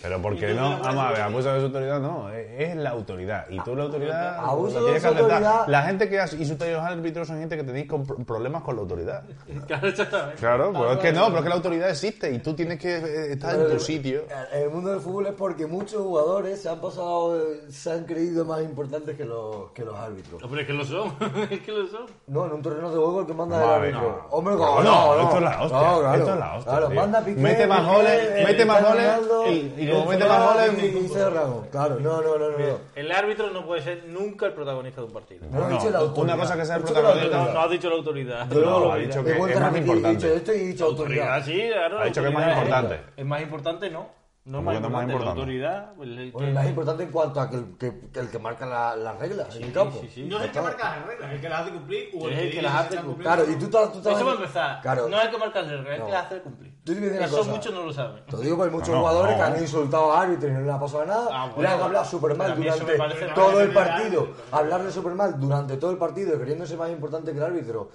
Speaker 3: Pero porque no, vamos a ver, abusa de su autoridad no, es es la autoridad. Y tú la autoridad.
Speaker 2: Abuso
Speaker 3: la
Speaker 2: de
Speaker 3: tienes
Speaker 2: su
Speaker 3: que aceptar.
Speaker 2: autoridad.
Speaker 3: La gente que hace- insulta a los árbitros son gente que tenéis con pro- problemas con la autoridad.
Speaker 4: *laughs* Claro, exactamente.
Speaker 3: Claro, pero es que no, pero es que la autoridad existe y tú tienes que eh, estar en tu sitio.
Speaker 2: En el mundo del fútbol es porque muchos jugadores se han pasado, se han creído más importantes que los, que los árbitros.
Speaker 4: Hombre, es que lo son. *laughs* es que lo son.
Speaker 2: No, en un torneo de juego el que manda es
Speaker 3: Vamos a
Speaker 2: el
Speaker 3: ver,
Speaker 2: árbitro.
Speaker 3: no.
Speaker 2: Hombre,
Speaker 3: No,
Speaker 2: como-
Speaker 3: no, esto es la hostia,
Speaker 2: No, claro.
Speaker 3: esto es la hostia,
Speaker 2: Claro,
Speaker 3: tío.
Speaker 2: manda Piqué,
Speaker 3: Mete más
Speaker 2: Piqué,
Speaker 3: goles,
Speaker 2: eh,
Speaker 3: mete más
Speaker 2: Cristiano
Speaker 3: goles,
Speaker 2: Ronaldo,
Speaker 3: y- y como
Speaker 2: el
Speaker 3: mete más
Speaker 2: Ferrari
Speaker 3: goles,
Speaker 2: y Sergio Ramos. Claro, no, no, no, no. no.
Speaker 4: El árbitro no puede ser nunca el protagonista de un partido.
Speaker 2: No, he dicho la
Speaker 3: No,
Speaker 2: autoridad.
Speaker 3: una cosa que sea el
Speaker 2: He dicho la
Speaker 3: protagonista.
Speaker 4: No, no ha dicho la autoridad.
Speaker 2: Yo
Speaker 3: No,
Speaker 2: lo
Speaker 3: ha
Speaker 2: vi.
Speaker 3: dicho
Speaker 2: Me
Speaker 3: que
Speaker 2: cuenta
Speaker 3: es más
Speaker 2: que he dicho
Speaker 3: importante.
Speaker 2: esto y he dicho
Speaker 4: Autoridad,
Speaker 2: autoridad.
Speaker 4: sí, claro.
Speaker 3: Ha dicho que es más
Speaker 4: autoridad,
Speaker 3: importante.
Speaker 4: ¿eh? Es más importante, no. No
Speaker 3: Un
Speaker 4: más
Speaker 3: momento más
Speaker 4: importante, la
Speaker 3: importante.
Speaker 4: autoridad. el- el
Speaker 2: Bueno,
Speaker 4: que-
Speaker 2: el más importante en cuanto a que el que, que el que marca la- las reglas en
Speaker 4: Sí,
Speaker 2: el campo.
Speaker 4: sí, sí.
Speaker 1: No es el que
Speaker 2: Claro.
Speaker 1: marca las reglas, el que las hace cumplir o el
Speaker 4: Es
Speaker 1: que,
Speaker 4: el que
Speaker 1: dice
Speaker 4: las
Speaker 1: si
Speaker 4: hace
Speaker 1: están
Speaker 4: cumplir.
Speaker 1: cumpliendo.
Speaker 2: Claro, y tú, ta- tú
Speaker 4: Eso para
Speaker 2: también-
Speaker 4: empezar.
Speaker 2: Claro.
Speaker 4: No hay que marcar el regla, es
Speaker 2: No.
Speaker 4: que la hace cumplir.
Speaker 2: Yo te voy a decir una
Speaker 4: Eso
Speaker 2: cosa.
Speaker 4: muchos no lo saben.
Speaker 2: Te lo digo porque hay muchos
Speaker 3: No, no,
Speaker 2: jugadores
Speaker 3: no.
Speaker 2: que han insultado a árbitros y no le ha pasado nada.
Speaker 4: Ah, bueno,
Speaker 2: le han hablado súper mal
Speaker 4: pero a mí eso me
Speaker 2: durante
Speaker 4: parece
Speaker 2: todo
Speaker 1: mal.
Speaker 2: el partido. Hablarle súper mal durante todo el partido, creyéndose más importante que el árbitro.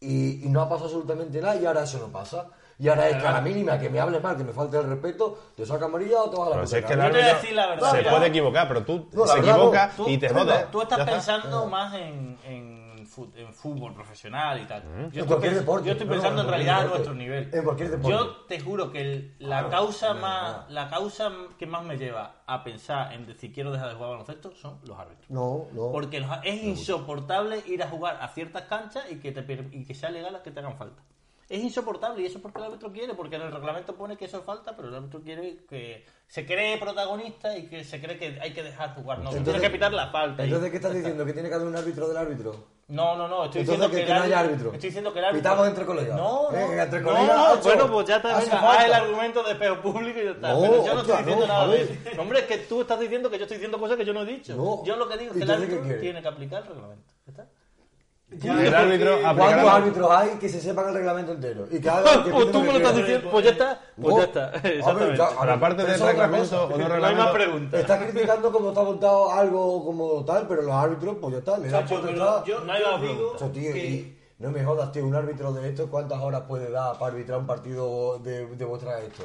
Speaker 2: Y, y no ha pasado absolutamente nada y ahora eso no pasa. Y ahora es que a la mínima que me hables mal, que me falte el respeto, te saca amarilla o te vas a la
Speaker 3: Pero si es
Speaker 2: puta
Speaker 3: que el
Speaker 2: cara.
Speaker 3: árbitro
Speaker 4: Yo te voy a decir la verdad,
Speaker 3: se
Speaker 4: mira.
Speaker 3: puede equivocar, pero tú
Speaker 2: No, la
Speaker 3: se
Speaker 2: verdad,
Speaker 3: equivoca
Speaker 2: no.
Speaker 3: y te
Speaker 2: Tú-
Speaker 3: jodes.
Speaker 4: Tú estás
Speaker 3: Ya está. Eh.
Speaker 4: pensando más en, en, fu- en fútbol profesional
Speaker 3: Eh.
Speaker 4: y tal. Yo,
Speaker 2: En
Speaker 4: estoy,
Speaker 2: cualquier
Speaker 4: pens-
Speaker 2: deporte,
Speaker 4: yo estoy
Speaker 2: no, no,
Speaker 4: pensando
Speaker 2: en
Speaker 4: en
Speaker 2: cualquier
Speaker 4: realidad a
Speaker 2: deporte.
Speaker 4: nuestro nivel.
Speaker 2: En cualquier deporte.
Speaker 4: Yo te juro que el- la
Speaker 2: Claro,
Speaker 4: causa
Speaker 2: no,
Speaker 4: más,
Speaker 2: no.
Speaker 4: la causa que más me lleva a pensar en decir quiero dejar de jugar baloncesto son los árbitros.
Speaker 2: No, no.
Speaker 4: Porque los- es insoportable ir a jugar a ciertas canchas y que, te, per- y que sea legal las que te hagan falta. Es insoportable y eso es porque el árbitro quiere, porque en el reglamento pone que eso es falta, pero el árbitro quiere que se cree protagonista y que se cree que hay que dejar jugar. No,
Speaker 2: Entonces-
Speaker 4: tiene que pitar la falta. y-
Speaker 2: Entonces, ¿qué estás diciendo? ¿Que tiene que haber un árbitro del árbitro?
Speaker 4: No, no, no, estoy
Speaker 2: Entonces,
Speaker 4: diciendo
Speaker 2: que,
Speaker 4: que,
Speaker 2: que no
Speaker 4: el
Speaker 2: haya
Speaker 4: árbitro-
Speaker 2: árbitro.
Speaker 4: Estoy diciendo que el árbitro.
Speaker 2: Pitamos entre colegas.
Speaker 4: No, no.
Speaker 2: Eh, entre
Speaker 4: no,
Speaker 2: colegas,
Speaker 4: no,
Speaker 2: ocho.
Speaker 4: bueno, pues ya te
Speaker 2: Hace
Speaker 4: venga,
Speaker 2: falta.
Speaker 4: haz el argumento de peo público y ya está.
Speaker 2: No,
Speaker 4: Pero yo no
Speaker 2: hostia,
Speaker 4: estoy diciendo
Speaker 2: no,
Speaker 4: nada de
Speaker 2: joder.
Speaker 4: eso. No, hombre, es que tú estás diciendo que yo estoy diciendo cosas que yo no he dicho.
Speaker 2: No.
Speaker 4: Yo lo que digo es
Speaker 2: ¿Y tú
Speaker 4: que el
Speaker 2: qué
Speaker 4: árbitro
Speaker 2: quieres?
Speaker 4: tiene que aplicar el reglamento. ¿Ya está?
Speaker 1: Ya,
Speaker 3: El
Speaker 1: porque-
Speaker 3: árbitro aplica-
Speaker 2: ¿Cuántos
Speaker 3: Aplicarán-
Speaker 2: árbitros hay que se sepan el reglamento entero? Y que hagan-
Speaker 3: *laughs*
Speaker 2: que
Speaker 4: Pues
Speaker 2: piten
Speaker 4: tú me lo
Speaker 2: que
Speaker 4: estás
Speaker 2: quieran.
Speaker 4: diciendo, pues ya está, pues
Speaker 2: Oh,
Speaker 4: ya está. *laughs*
Speaker 2: hombre,
Speaker 4: Exactamente.
Speaker 2: ya-
Speaker 3: Pero
Speaker 2: Pero
Speaker 3: aparte del
Speaker 2: eso es otra
Speaker 3: reglamento
Speaker 2: cosa.
Speaker 3: o no
Speaker 4: No hay más
Speaker 3: reglamento,
Speaker 4: preguntas.
Speaker 2: Está criticando cómo está montado algo como tal, pero los árbitros, pues ya está, le dan
Speaker 1: Chacho,
Speaker 2: por
Speaker 1: pero
Speaker 2: detrás.
Speaker 1: yo,
Speaker 4: No hay
Speaker 1: yo
Speaker 4: más
Speaker 1: digo
Speaker 2: Chacho, tío,
Speaker 1: que-
Speaker 2: y no me jodas, tío, un árbitro de esto, ¿cuántas horas puede dar para arbitrar un partido de, de vuestra esto?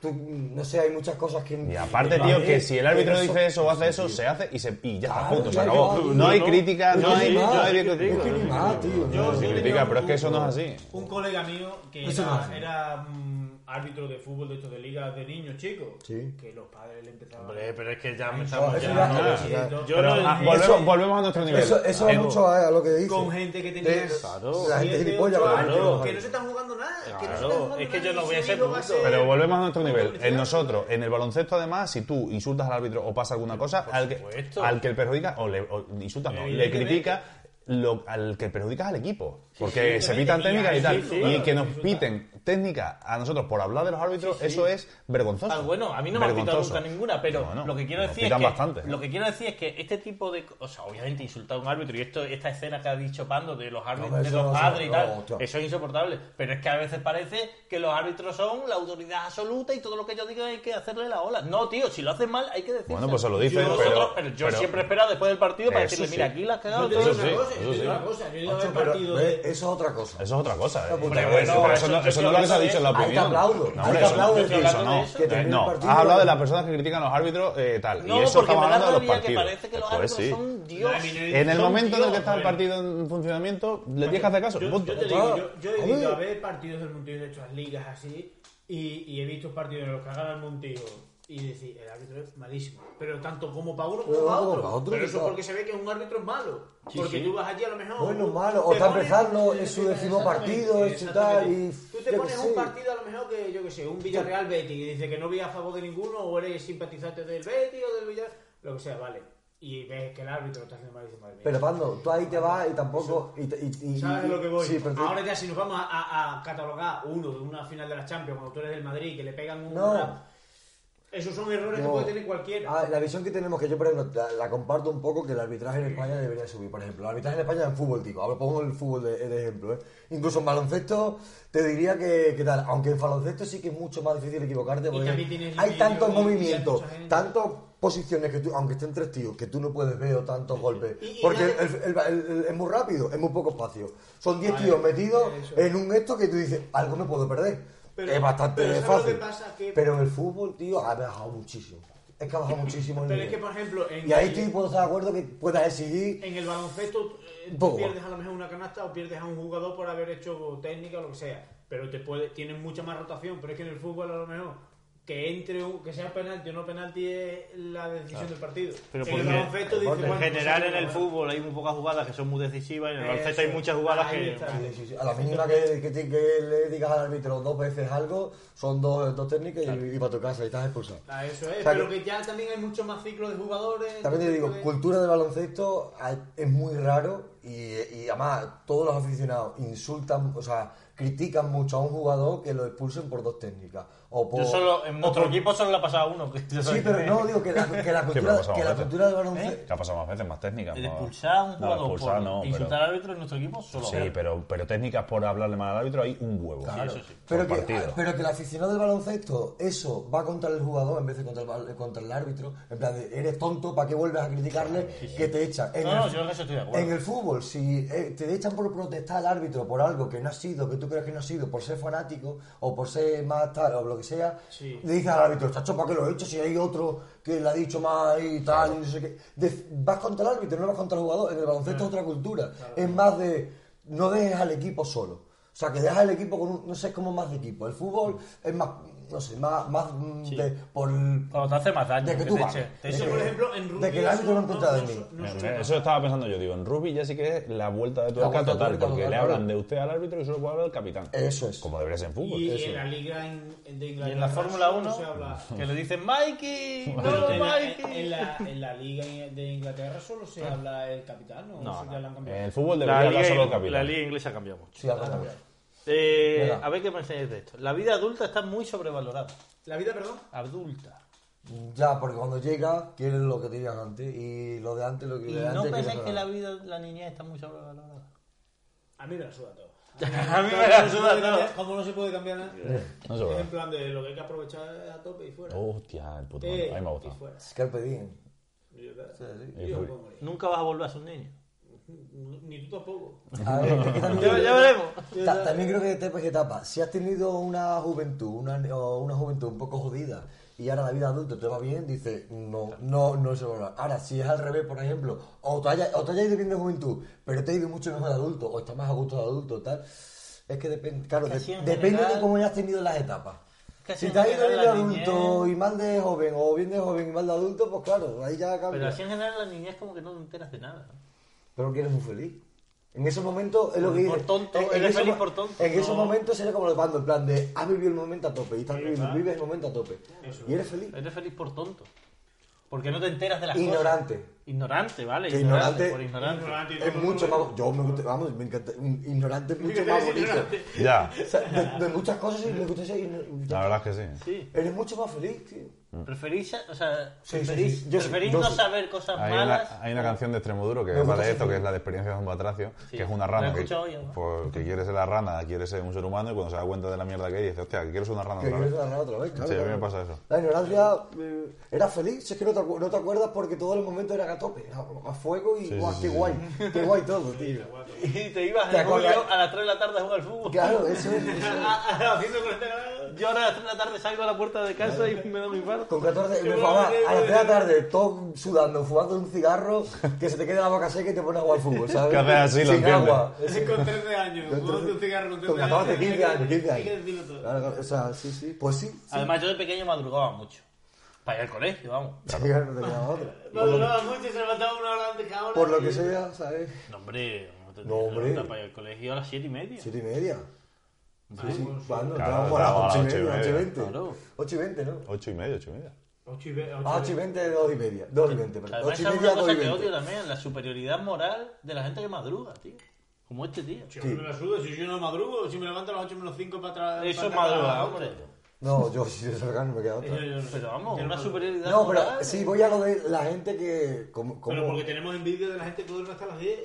Speaker 2: Tú, no sé, hay muchas cosas que...
Speaker 3: Y aparte, tío, que si el árbitro dice eso o hace eso, se hace y, se, y ya está,
Speaker 2: Claro,
Speaker 3: punto, se
Speaker 2: ya,
Speaker 3: acabó.
Speaker 2: ya, tío,
Speaker 3: Ah, No hay
Speaker 4: no.
Speaker 3: crítica, no
Speaker 4: No,
Speaker 3: hay...
Speaker 4: sí,
Speaker 3: no
Speaker 4: nada,
Speaker 3: hay
Speaker 4: yo te
Speaker 2: Es
Speaker 3: crítica.
Speaker 2: que ni más, tío.
Speaker 1: Yo-
Speaker 2: no,
Speaker 3: Se
Speaker 1: yo
Speaker 3: critica,
Speaker 1: tenía
Speaker 3: pero es que
Speaker 1: un-
Speaker 3: eso no es así.
Speaker 1: Un colega mío que
Speaker 2: Eso no es
Speaker 1: era,
Speaker 2: así.
Speaker 1: era, mm, árbitro de fútbol de estos de ligas de niños, chicos.
Speaker 2: Sí.
Speaker 1: Que los padres le empezaban
Speaker 4: Hombre, pero es que ya me
Speaker 2: no,
Speaker 4: estamos
Speaker 2: eso
Speaker 4: ya.
Speaker 2: ya-
Speaker 4: ¿no?
Speaker 2: eso ya-
Speaker 1: Yo
Speaker 4: Yo
Speaker 3: Pero,
Speaker 4: no-
Speaker 3: ah,
Speaker 1: eso-
Speaker 3: volvemos, volvemos a nuestro nivel.
Speaker 2: Eso, eso va
Speaker 3: Edu,
Speaker 2: mucho a, a lo que dice.
Speaker 1: con gente que tenía
Speaker 2: De-
Speaker 1: siete,
Speaker 2: La gente gilipollas.
Speaker 1: ocho
Speaker 2: ¿verdad?
Speaker 1: años,
Speaker 4: claro.
Speaker 1: que no se están jugando nada. que no se
Speaker 4: Claro,
Speaker 1: están jugando
Speaker 4: es que
Speaker 1: nada,
Speaker 4: yo no
Speaker 1: y
Speaker 4: voy a
Speaker 1: su
Speaker 4: ser
Speaker 1: amigo va
Speaker 4: bruto.
Speaker 1: ser-
Speaker 3: Pero volvemos a nuestro nivel. En
Speaker 1: publicidad.
Speaker 3: nosotros, en el baloncesto, además, si tú insultas al árbitro o pasa alguna cosa, al que,
Speaker 4: supuesto.
Speaker 3: al que el perjudica, o le o insultas, no, le
Speaker 1: Evidentemente.
Speaker 3: critica, lo- al que perjudica es al equipo. Porque se
Speaker 1: evidentemente.
Speaker 3: pitan técnicas y
Speaker 1: Y
Speaker 3: tal.
Speaker 1: ahí sí,
Speaker 3: y
Speaker 1: claro,
Speaker 3: que nos
Speaker 1: insultar.
Speaker 3: piten técnicas a nosotros por hablar de los árbitros, eso es vergonzoso.
Speaker 4: Ah, bueno, a mí no me han pitado
Speaker 3: Vergonzoso.
Speaker 4: nunca ninguna, pero
Speaker 3: No, no,
Speaker 4: lo que quiero
Speaker 3: nos
Speaker 4: decir es
Speaker 3: pitan
Speaker 4: que
Speaker 3: bastante.
Speaker 4: lo que quiero decir es que este tipo de, co- o sea, obviamente insultar a un árbitro y esto esta escena que ha dicho Pando de los árbitros,
Speaker 2: No,
Speaker 4: de
Speaker 2: eso
Speaker 4: los
Speaker 2: no,
Speaker 4: padres y
Speaker 2: no,
Speaker 4: tal,
Speaker 2: hostia.
Speaker 4: eso es insoportable, pero es que a veces parece que los árbitros son la autoridad absoluta y todo lo que yo diga hay que hacerle la ola. No, tío, si lo hacen mal hay que decirlo.
Speaker 3: Bueno, pues se lo dicen,
Speaker 4: yo,
Speaker 3: pero-
Speaker 4: nosotros- pero yo
Speaker 3: pero-
Speaker 4: siempre espero después del partido para
Speaker 3: Eso
Speaker 4: decirle,
Speaker 3: sí.
Speaker 4: mira, aquí la has cagado.
Speaker 1: Yo te
Speaker 4: todo
Speaker 1: digo
Speaker 3: Eso
Speaker 1: una
Speaker 3: sí,
Speaker 1: cosa, yo te
Speaker 3: eso
Speaker 1: digo
Speaker 3: sí.
Speaker 1: una cosa. Yo he ido a ver
Speaker 2: Macho, pero,
Speaker 1: partidos
Speaker 2: ve,
Speaker 1: de-
Speaker 2: Eso es otra cosa.
Speaker 3: Eso es otra cosa. eh.
Speaker 2: Hombre,
Speaker 3: Pero
Speaker 2: bueno,
Speaker 3: pero
Speaker 4: pues,
Speaker 3: eso,
Speaker 4: eso-
Speaker 3: no,
Speaker 4: yo
Speaker 3: eso
Speaker 4: estoy
Speaker 3: no es lo que se ha
Speaker 4: hablando
Speaker 3: dicho
Speaker 4: de
Speaker 3: en la
Speaker 2: eso. Ahí
Speaker 3: opinión.
Speaker 2: te aplaudo,
Speaker 3: No,
Speaker 2: ahí
Speaker 3: hombre,
Speaker 2: te
Speaker 3: eso no-
Speaker 2: aplaudo
Speaker 3: eso
Speaker 2: de
Speaker 3: no.
Speaker 2: ti.
Speaker 4: Que
Speaker 2: termine el
Speaker 3: Eh, No, has
Speaker 2: partido.
Speaker 3: hablado de las personas que critican a los árbitros eh, tal.
Speaker 4: No,
Speaker 3: y eso
Speaker 4: porque
Speaker 3: estaba
Speaker 4: me da
Speaker 3: hablando de los
Speaker 4: rabia que
Speaker 3: partidos.
Speaker 4: parece que los
Speaker 3: Pues
Speaker 4: árbitros
Speaker 3: sí.
Speaker 4: son Dios.
Speaker 1: La minoría-
Speaker 3: En el
Speaker 4: Son
Speaker 3: momento en el que
Speaker 4: Dios,
Speaker 3: está el
Speaker 4: bueno.
Speaker 3: partido en funcionamiento, le tienes que hacer caso.
Speaker 1: Yo,
Speaker 3: punto.
Speaker 1: yo te digo,
Speaker 2: Claro.
Speaker 1: yo, yo he
Speaker 2: Hombre.
Speaker 1: ido a ver partidos del Montijo de estas ligas así y, y he visto partidos en los que ha ganado el Montijo y decir, el árbitro es malísimo. Pero tanto como para uno como
Speaker 2: Pero
Speaker 1: para
Speaker 2: como
Speaker 1: otro.
Speaker 2: para otro,
Speaker 1: pero eso es
Speaker 2: claro.
Speaker 1: porque se ve que un árbitro es malo.
Speaker 4: Sí,
Speaker 1: porque
Speaker 4: sí.
Speaker 1: tú vas allí a lo mejor...
Speaker 2: Bueno,
Speaker 1: tú-
Speaker 2: malo, o
Speaker 1: te
Speaker 2: está
Speaker 1: pones-
Speaker 2: empezando, es su décimo
Speaker 1: Exactamente,
Speaker 2: partido, es su
Speaker 1: exactamente.
Speaker 2: tal, y
Speaker 1: Tú
Speaker 2: yo
Speaker 1: te
Speaker 2: qué
Speaker 1: pones
Speaker 2: sé.
Speaker 1: un partido a lo mejor que, yo qué sé, un Villarreal Betty y dice que no voy a favor de ninguno o eres simpatizante del Betty o del Villarreal, lo que sea, vale. Y ves que el árbitro lo está haciendo malísimo. madre mía.
Speaker 2: Pero Pando, tú ahí te vas y tampoco. Y, y- y- y-
Speaker 1: ¿Sabes lo que voy?
Speaker 2: Sí, pero tú-
Speaker 1: Ahora ya, si nos vamos a, a- a catalogar uno de una final de la Champions, cuando tú eres del Madrid, que le pegan un
Speaker 2: No.
Speaker 1: rap, esos son errores que
Speaker 2: no.
Speaker 1: puede tener cualquiera.
Speaker 2: Ah, la visión que tenemos, que yo por ejemplo la, la comparto un poco, que el arbitraje en España debería subir. Por ejemplo, el arbitraje en España en fútbol, digo. Ahora pongo el fútbol de, de ejemplo. ¿eh? Incluso en baloncesto te diría que, que tal. Aunque en baloncesto sí que es mucho más difícil equivocarte porque
Speaker 1: también tienes
Speaker 2: hay
Speaker 1: vídeo
Speaker 2: tantos
Speaker 1: y hay
Speaker 2: movimientos,
Speaker 1: mucha gente.
Speaker 2: tantas posiciones que tú, aunque estén tres tíos, que tú no puedes ver o tantos golpes.
Speaker 1: Y- y
Speaker 2: porque
Speaker 1: nadie-
Speaker 2: el- el- el- el- es muy rápido, es muy poco espacio. Son 10 tíos metidos
Speaker 1: eso.
Speaker 2: en un esto que tú dices, algo me puedo perder.
Speaker 1: Pero-
Speaker 2: es bastante
Speaker 1: pero ¿sabes lo
Speaker 2: fácil.
Speaker 1: que pasa? Que-
Speaker 2: Pero en el fútbol, tío, ha bajado muchísimo. Es que ha bajado muchísimo el
Speaker 1: Pero
Speaker 2: nivel.
Speaker 1: es que, por ejemplo, en,
Speaker 2: Y ahí estoy puedo estar de acuerdo que puedas exigir.
Speaker 1: en el baloncesto eh, tú
Speaker 2: Poco.
Speaker 1: pierdes a lo mejor una canasta o pierdes a un jugador por haber hecho técnica o lo que sea, pero te puede, tienes mucha más rotación. Pero es que en el fútbol, a lo mejor, que entre un- que sea penalti o no penalti es la decisión del partido.
Speaker 4: Pero
Speaker 1: en el
Speaker 4: porque-
Speaker 1: baloncesto dice,
Speaker 2: porque en
Speaker 1: bueno,
Speaker 4: En
Speaker 1: pues
Speaker 4: general
Speaker 1: sí,
Speaker 4: en el
Speaker 1: bueno.
Speaker 4: fútbol hay muy pocas jugadas que son muy decisivas, en el
Speaker 1: Eso
Speaker 4: baloncesto hay
Speaker 1: es.
Speaker 4: muchas jugadas
Speaker 1: Ahí
Speaker 4: que...
Speaker 1: está.
Speaker 2: Sí, sí, sí. A la mínima que, que te- que le digas al árbitro dos veces algo, son dos, dos técnicas y- y, para tu casa y estás expulsado.
Speaker 1: Ah, eso es,
Speaker 2: O sea,
Speaker 1: pero
Speaker 2: que-
Speaker 1: que ya también hay mucho más ciclo de jugadores.
Speaker 2: También te
Speaker 1: mucho
Speaker 2: digo,
Speaker 1: de-
Speaker 2: cultura de baloncesto hay- es muy raro y, y además todos los aficionados insultan, o sea, critican mucho a un jugador que lo expulsen por dos técnicas. O por,
Speaker 4: Yo solo, en
Speaker 2: o
Speaker 4: nuestro
Speaker 2: por-
Speaker 4: equipo solo le ha pasado uno. que yo
Speaker 2: Sí,
Speaker 4: soy-
Speaker 2: pero no, digo que la, que la
Speaker 3: pero ha
Speaker 2: cultura,
Speaker 3: pasado
Speaker 2: que la
Speaker 3: veces.
Speaker 2: cultura del
Speaker 4: ¿Eh?
Speaker 2: baloncesto...
Speaker 3: Que ha pasado más veces, más técnicas.
Speaker 4: De
Speaker 3: más-
Speaker 4: expulsar a un
Speaker 3: No,
Speaker 4: jugador
Speaker 3: expulsar
Speaker 4: por
Speaker 3: no,
Speaker 4: insultar
Speaker 3: pero-
Speaker 4: al árbitro en nuestro equipo solo.
Speaker 3: Sí, pero, pero técnicas por hablarle mal al árbitro hay un huevo.
Speaker 4: Claro. eso sí.
Speaker 2: Pero
Speaker 3: Por
Speaker 2: que, ah,
Speaker 3: partido.
Speaker 2: pero que el aficionado del baloncesto, eso va contra el jugador en vez de contra el, bal- contra el árbitro. En plan, de, eres tonto, ¿para qué vuelves a criticarle que te echan? En
Speaker 4: No, no,
Speaker 2: el-
Speaker 4: yo en eso estoy de
Speaker 2: en
Speaker 4: acuerdo.
Speaker 2: el fútbol, si eh, te echan por protestar al árbitro por algo que no ha sido, que tú crees que no ha sido, por ser fanático o por ser más tal o lo que sea,
Speaker 1: Sí.
Speaker 2: le dices al árbitro, chacho, ¿para qué lo he hecho? Si hay otro que le ha dicho más y tal, y no sé qué. De- vas contra el árbitro, no vas contra el jugador. En el baloncesto es otra cultura. Es más de, no dejes al equipo solo. O sea, que dejas al equipo con un, no sé, es como más de equipo. El fútbol es más, no sé, más, más mm, de, por...
Speaker 4: Cuando te hace más daño.
Speaker 2: De que tú
Speaker 4: te
Speaker 2: vas.
Speaker 4: eche- te
Speaker 2: De
Speaker 4: eche-
Speaker 1: Eso, por ejemplo, en rugby.
Speaker 2: De que el árbitro
Speaker 1: eso
Speaker 2: no encuentra de mí.
Speaker 1: no
Speaker 3: Eh,
Speaker 1: suena.
Speaker 3: Eso estaba pensando yo, digo, en Ruby ya sí que es la vuelta de tuerca
Speaker 2: vuelta de
Speaker 3: total,
Speaker 2: tuerca
Speaker 3: porque
Speaker 2: total,
Speaker 3: le hablan
Speaker 2: claro. Eh,
Speaker 3: de usted al árbitro y solo puede hablar el capitán.
Speaker 2: Eso es.
Speaker 3: Como debería ser en fútbol.
Speaker 1: Y
Speaker 3: Eso.
Speaker 1: en la liga en- de Inglaterra.
Speaker 4: Y en la Fórmula
Speaker 1: solo
Speaker 4: 1,
Speaker 1: se habla.
Speaker 4: que le dicen Mikey,
Speaker 1: Pero
Speaker 4: no
Speaker 1: que en, la, en- en
Speaker 4: Mikey.
Speaker 1: la- en la liga de Inglaterra solo se habla el capitán, ¿no? Eso ya lo han cambiado.
Speaker 3: En el fútbol debería hablar solo el capitán.
Speaker 4: inglesa ha cambiado mucho.
Speaker 2: Sí, a ver, a ver.
Speaker 4: Eh,
Speaker 2: Venga.
Speaker 4: a ver qué pensáis de esto. La vida adulta está muy sobrevalorada.
Speaker 1: La vida, perdón.
Speaker 4: Adulta.
Speaker 2: Ya, porque cuando llega, quieres lo que tenías antes y lo de antes, lo que
Speaker 4: Y
Speaker 2: de
Speaker 4: no
Speaker 2: antes. quieres
Speaker 4: pensáis que la
Speaker 2: ahora.
Speaker 4: vida, la niñez está muy sobrevalorada.
Speaker 1: A mí me la suda todo.
Speaker 4: A mí me
Speaker 1: Como
Speaker 4: la
Speaker 1: no se
Speaker 4: suda
Speaker 1: puede
Speaker 4: todo.
Speaker 1: cambiar- Como no se puede cambiar nada.
Speaker 3: No se puede.
Speaker 1: En plan de lo que hay que aprovechar es a tope y fuera.
Speaker 3: Hostia, el puto
Speaker 1: Eh,
Speaker 3: mando. A mí me ha
Speaker 1: y
Speaker 3: gustado.
Speaker 1: fuera.
Speaker 2: Es que el diem.
Speaker 1: Yo,
Speaker 2: sí.
Speaker 1: yo
Speaker 3: Y
Speaker 1: no
Speaker 3: fui.
Speaker 1: puedo morir.
Speaker 4: Nunca vas a volver a ser un niño.
Speaker 1: Ni tú
Speaker 2: *laughs*
Speaker 1: tampoco.
Speaker 2: A ver, Ah, es que también,
Speaker 4: Ya, ya veremos.
Speaker 2: *laughs* ta- también creo que te- pues, etapa. Si has tenido una juventud, una, o una juventud un poco jodida y ahora la vida adulta te va bien, dices, no, no, no se va a hablar. Ahora, si es al revés, por ejemplo, o te hayas o te haya ido bien de juventud, pero te ha ido mucho mejor de adulto, o estás más a gusto de adulto, tal. Es que depende, claro,
Speaker 4: Es que
Speaker 2: de-
Speaker 4: así en
Speaker 2: depende de
Speaker 4: general-
Speaker 2: cómo hayas tenido las etapas.
Speaker 4: Es que así
Speaker 2: Si
Speaker 4: en
Speaker 2: te has ido bien de
Speaker 4: general la
Speaker 2: adulto
Speaker 4: niñez-
Speaker 2: y mal de joven, o bien de joven y mal de adulto, pues claro, ahí ya cambia.
Speaker 4: Pero así en general la niñez como que no te enteras de nada.
Speaker 2: Pero que eres muy feliz. En ese momento es lo que
Speaker 4: Por
Speaker 2: dices.
Speaker 4: tonto,
Speaker 2: En- en
Speaker 4: eres
Speaker 2: ese
Speaker 4: feliz
Speaker 2: mo-
Speaker 4: por tonto,
Speaker 2: En ese
Speaker 4: no.
Speaker 2: momento sería como los bandos, en plan de has vivido el momento a tope y estás viviendo, vives el momento a tope. Y eres feliz.
Speaker 4: Eres feliz por tonto. Porque no te enteras de las cosas.
Speaker 2: Ignorante.
Speaker 4: Ignorante, ¿vale?
Speaker 2: Que ignorante-
Speaker 4: Por ignorante.
Speaker 2: Es mucho más. Yo me gusta, vamos, me encanta. un Ignorante es mucho
Speaker 1: Eres
Speaker 2: más bonito.
Speaker 1: ignorante.
Speaker 3: Ya,
Speaker 2: *laughs* O sea, de, de muchas cosas sí me gusta ser ignorante.
Speaker 3: la verdad es que sí.
Speaker 4: Sí.
Speaker 2: Eres mucho más feliz, tío.
Speaker 4: Preferís, o sea,
Speaker 2: Sí, sí,
Speaker 4: preferís,
Speaker 2: sí. Yo sí,
Speaker 4: preferís
Speaker 2: yo
Speaker 4: no
Speaker 2: sí.
Speaker 4: saber cosas
Speaker 3: Hay
Speaker 4: malas.
Speaker 3: una, hay una canción de Extremoduro que
Speaker 2: Me gusta
Speaker 3: habla de
Speaker 2: ese
Speaker 3: esto, que
Speaker 2: tipo.
Speaker 3: es la de experiencia de un batracio,
Speaker 4: Sí.
Speaker 3: que es una
Speaker 4: La
Speaker 3: rana.
Speaker 4: he
Speaker 3: Que,
Speaker 4: escuchado yo, ¿no?
Speaker 3: pues, que quiere ser la rana, quiere ser un ser humano y cuando se da cuenta de la mierda que hay, dice, hostia, que quiero ser una rana
Speaker 2: Que
Speaker 3: otra
Speaker 2: quieres
Speaker 3: vez.
Speaker 2: ganar otra vez, claro.
Speaker 3: Sí, a mí
Speaker 2: claro.
Speaker 3: me pasa eso.
Speaker 2: La ignorancia. eh, eras feliz, si es que no te, acu- no te acuerdas porque todo el momento era a tope, era a fuego y
Speaker 3: Sí,
Speaker 2: guau,
Speaker 3: sí,
Speaker 2: qué
Speaker 3: sí,
Speaker 2: guay, qué guay todo,
Speaker 4: *laughs*
Speaker 2: tío.
Speaker 4: Y te ibas
Speaker 2: Te
Speaker 4: al
Speaker 2: acuerdas-
Speaker 4: julio a las 3 de la tarde a jugar al fútbol.
Speaker 2: Claro, eso es. eso es.
Speaker 4: Ah,
Speaker 1: Haciendo con este ganado.
Speaker 4: Yo ahora a las 3 de la tarde salgo a la puerta de casa y me da mi parte.
Speaker 2: Con 14, me enfadaba, a las 3 de la tarde, todo sudando, fumando un cigarro, que se te quede la boca seca y te pones a jugar al fútbol, ¿sabes?
Speaker 3: Que haces así, lo
Speaker 2: Sin
Speaker 3: entiendes.
Speaker 2: agua.
Speaker 1: Es con 13 años. Fumando un cigarro con 13
Speaker 2: Con 14, 15 años, 15
Speaker 1: Hay que
Speaker 2: años.
Speaker 1: decirlo todo.
Speaker 2: Claro, o sea, sí, sí. Pues sí, sí.
Speaker 4: Además, yo de pequeño madrugaba mucho. Para ir al colegio, vamos.
Speaker 2: Sí, claro, no te queda otra.
Speaker 1: Maduraba mucho y se levantaba una hora antes que ahora.
Speaker 2: Por lo que sea, ¿sabes?
Speaker 4: No, hombre. No, te
Speaker 2: No, hombre.
Speaker 4: levantas Para ir al colegio a las 7 y media.
Speaker 2: 7 y media.
Speaker 1: pues
Speaker 2: Sí, sí. Cuando
Speaker 3: Claro,
Speaker 2: Estábamos a las 8 y media,
Speaker 3: estábamos a las
Speaker 2: 8 y
Speaker 3: ocho
Speaker 2: 20. 8
Speaker 3: y
Speaker 4: Claro.
Speaker 2: y 20, ¿no?
Speaker 3: Ocho y media, ocho y media.
Speaker 1: 8 y ve-
Speaker 2: Ah, 8
Speaker 1: ocho
Speaker 2: y 20, 2 y media. 2 y 20, perdón.
Speaker 4: Además,
Speaker 2: 8 y
Speaker 4: esa es una
Speaker 2: media, 2
Speaker 4: cosa
Speaker 2: y
Speaker 4: que
Speaker 2: 20.
Speaker 4: odio también, la superioridad moral de la gente que madruga, tío. Como este tío.
Speaker 1: y- Yo me la sudo. Si yo no madrugo, si me levanto a las 8 menos 5 para atrás. para
Speaker 4: Eso es
Speaker 1: atrás,
Speaker 4: madrugar,
Speaker 1: para-
Speaker 4: hombre.
Speaker 2: No, yo si se no me queda otra.
Speaker 1: Yo- yo no sé.
Speaker 4: Pero vamos,
Speaker 1: Yo
Speaker 4: una
Speaker 1: madrugo.
Speaker 4: superioridad
Speaker 2: No, pero
Speaker 4: moral.
Speaker 2: sí, voy a lo de la gente que. Como, como-
Speaker 1: Pero porque tenemos envidia de la gente que duerme hasta las 10.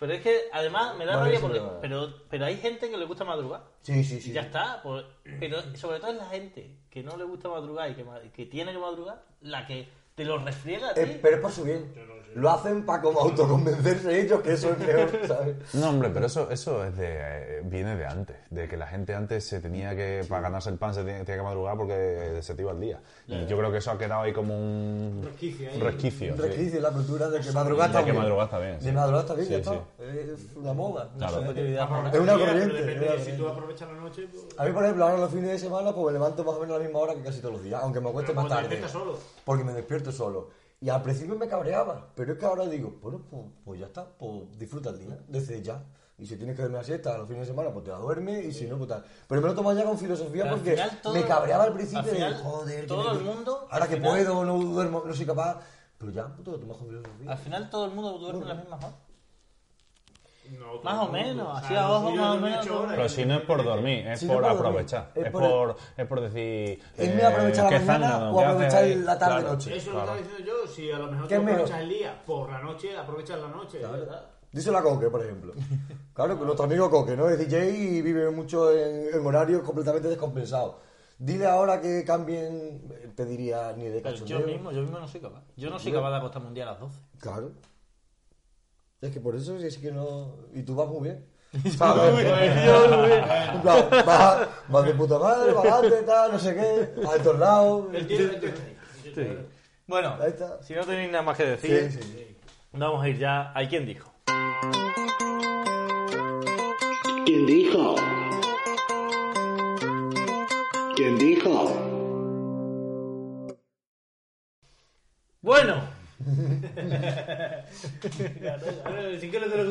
Speaker 4: Pero es que además me da
Speaker 2: Vale,
Speaker 4: rabia
Speaker 2: eso
Speaker 4: porque.
Speaker 2: es verdad.
Speaker 4: Pero, pero hay gente que le gusta madrugar.
Speaker 2: Sí, sí, sí.
Speaker 4: Y ya está. pues, *clears throat* pero sobre todo es la gente que no le gusta madrugar y que, ma- que tiene que madrugar la que te lo refriega, tío.
Speaker 2: Eh, pero es por su bien. Lo hacen para como autoconvencerse ellos que eso
Speaker 1: *laughs*
Speaker 2: es mejor, ¿sabes?
Speaker 3: No, hombre, pero eso, eso es de, eh, viene de antes, de que la gente antes se tenía que, para ganarse el pan, se tenía, tenía que madrugar porque se te iba el día. Y yo creo que eso ha quedado ahí como un
Speaker 1: Resquicio ahí.
Speaker 3: un resquicio,
Speaker 2: Un
Speaker 3: sí.
Speaker 2: resquicio en la cultura de que madrugar
Speaker 3: De
Speaker 2: está
Speaker 3: que
Speaker 2: bien.
Speaker 3: madrugar está bien,
Speaker 2: De
Speaker 3: sí.
Speaker 2: madrugar está bien,
Speaker 3: Sí,
Speaker 2: ya está.
Speaker 3: sí.
Speaker 2: Es una moda. una
Speaker 3: Claro.
Speaker 2: superioridad moral.
Speaker 1: Aprovechar,
Speaker 2: Es una
Speaker 1: pero
Speaker 2: corriente.
Speaker 1: depende,
Speaker 2: es una
Speaker 1: si tú
Speaker 2: corriente.
Speaker 1: aprovechas la noche, pues,
Speaker 2: A mí, por ejemplo, ahora los fines de semana pues me levanto más o menos a la misma hora que casi todos los días, aunque me acueste
Speaker 1: Pero
Speaker 2: más
Speaker 1: cuando
Speaker 2: tarde.
Speaker 1: despiertas solo.
Speaker 2: Porque me despierto solo. Y al principio me cabreaba, pero es que ahora digo, bueno, pues, pues ya está, pues disfruta el día, desde ya. Y si tienes que dormir a siesta los fines de semana, pues te la duermes, y si no, pues tal. Pero me lo tomo ya con filosofía
Speaker 4: Pero al
Speaker 2: porque
Speaker 4: final todo-
Speaker 2: me cabreaba al
Speaker 4: al
Speaker 2: principio de,
Speaker 4: final
Speaker 2: joder, que
Speaker 4: todo
Speaker 2: me-
Speaker 4: el mundo,
Speaker 2: Ahora
Speaker 4: al
Speaker 2: que
Speaker 4: final-
Speaker 2: puedo, no duermo, no soy capaz. Pero ya, puto, pues lo tomas con filosofía.
Speaker 4: Al final todo el mundo duerme a las mismas horas.
Speaker 1: No, todo
Speaker 4: Más o
Speaker 1: el mundo.
Speaker 4: menos,
Speaker 1: O sea,
Speaker 4: así
Speaker 1: los
Speaker 4: a ojo,
Speaker 1: suyos
Speaker 4: más o
Speaker 1: duermen
Speaker 4: menos.
Speaker 1: ocho
Speaker 4: todo el
Speaker 1: horas.
Speaker 4: mundo.
Speaker 3: Pero si no es por dormir, es
Speaker 2: Si no
Speaker 3: por
Speaker 2: es por dormir,
Speaker 3: aprovechar.
Speaker 2: es
Speaker 3: Es,
Speaker 2: por-
Speaker 3: por, es por decir. eh,
Speaker 2: Es mejor aprovechar la
Speaker 3: ¿qué
Speaker 2: mañana
Speaker 3: zanna,
Speaker 2: o
Speaker 3: qué haces
Speaker 2: aprovechar
Speaker 3: ahí?
Speaker 2: la tarde, noche.
Speaker 1: Eso es lo
Speaker 3: claro.
Speaker 1: que estaba diciendo yo. Si a lo mejor
Speaker 2: ¿Qué
Speaker 1: tú
Speaker 2: es
Speaker 1: aprovechas
Speaker 2: mejor?
Speaker 1: el día por la noche, aprovechas la noche. ya está.
Speaker 2: Dice la Coque, por
Speaker 4: *laughs*
Speaker 2: ejemplo. Claro, que nuestro amigo Coque, ¿no? Es DJ y vive mucho en, en horarios completamente descompensados. Dile ahora que cambien, eh, te diría ni de
Speaker 4: Pero
Speaker 2: cachondeo.
Speaker 4: yo mismo, yo mismo no soy capaz. Yo no soy capaz de acostarme un día a las 12.
Speaker 2: Claro. Es que por eso es que no... Y tú vas muy
Speaker 4: *laughs*
Speaker 2: bien.
Speaker 4: Muy
Speaker 2: ¿Sabes? *laughs*
Speaker 4: bien, yo muy bien.
Speaker 2: En plan, vas, vas de puta madre, vas adelante, tal, no sé qué, al tornado.
Speaker 1: El tío- el tío- el tío-
Speaker 4: Bueno,
Speaker 2: Ahí está.
Speaker 4: si no tenéis nada más que decir,
Speaker 2: Sí, sí, sí.
Speaker 4: vamos a ir ya. ¿Hay quien dijo?
Speaker 5: ¿Quién dijo? ¿Quién dijo?
Speaker 4: Bueno,
Speaker 1: Bueno, sí que lo eh, que le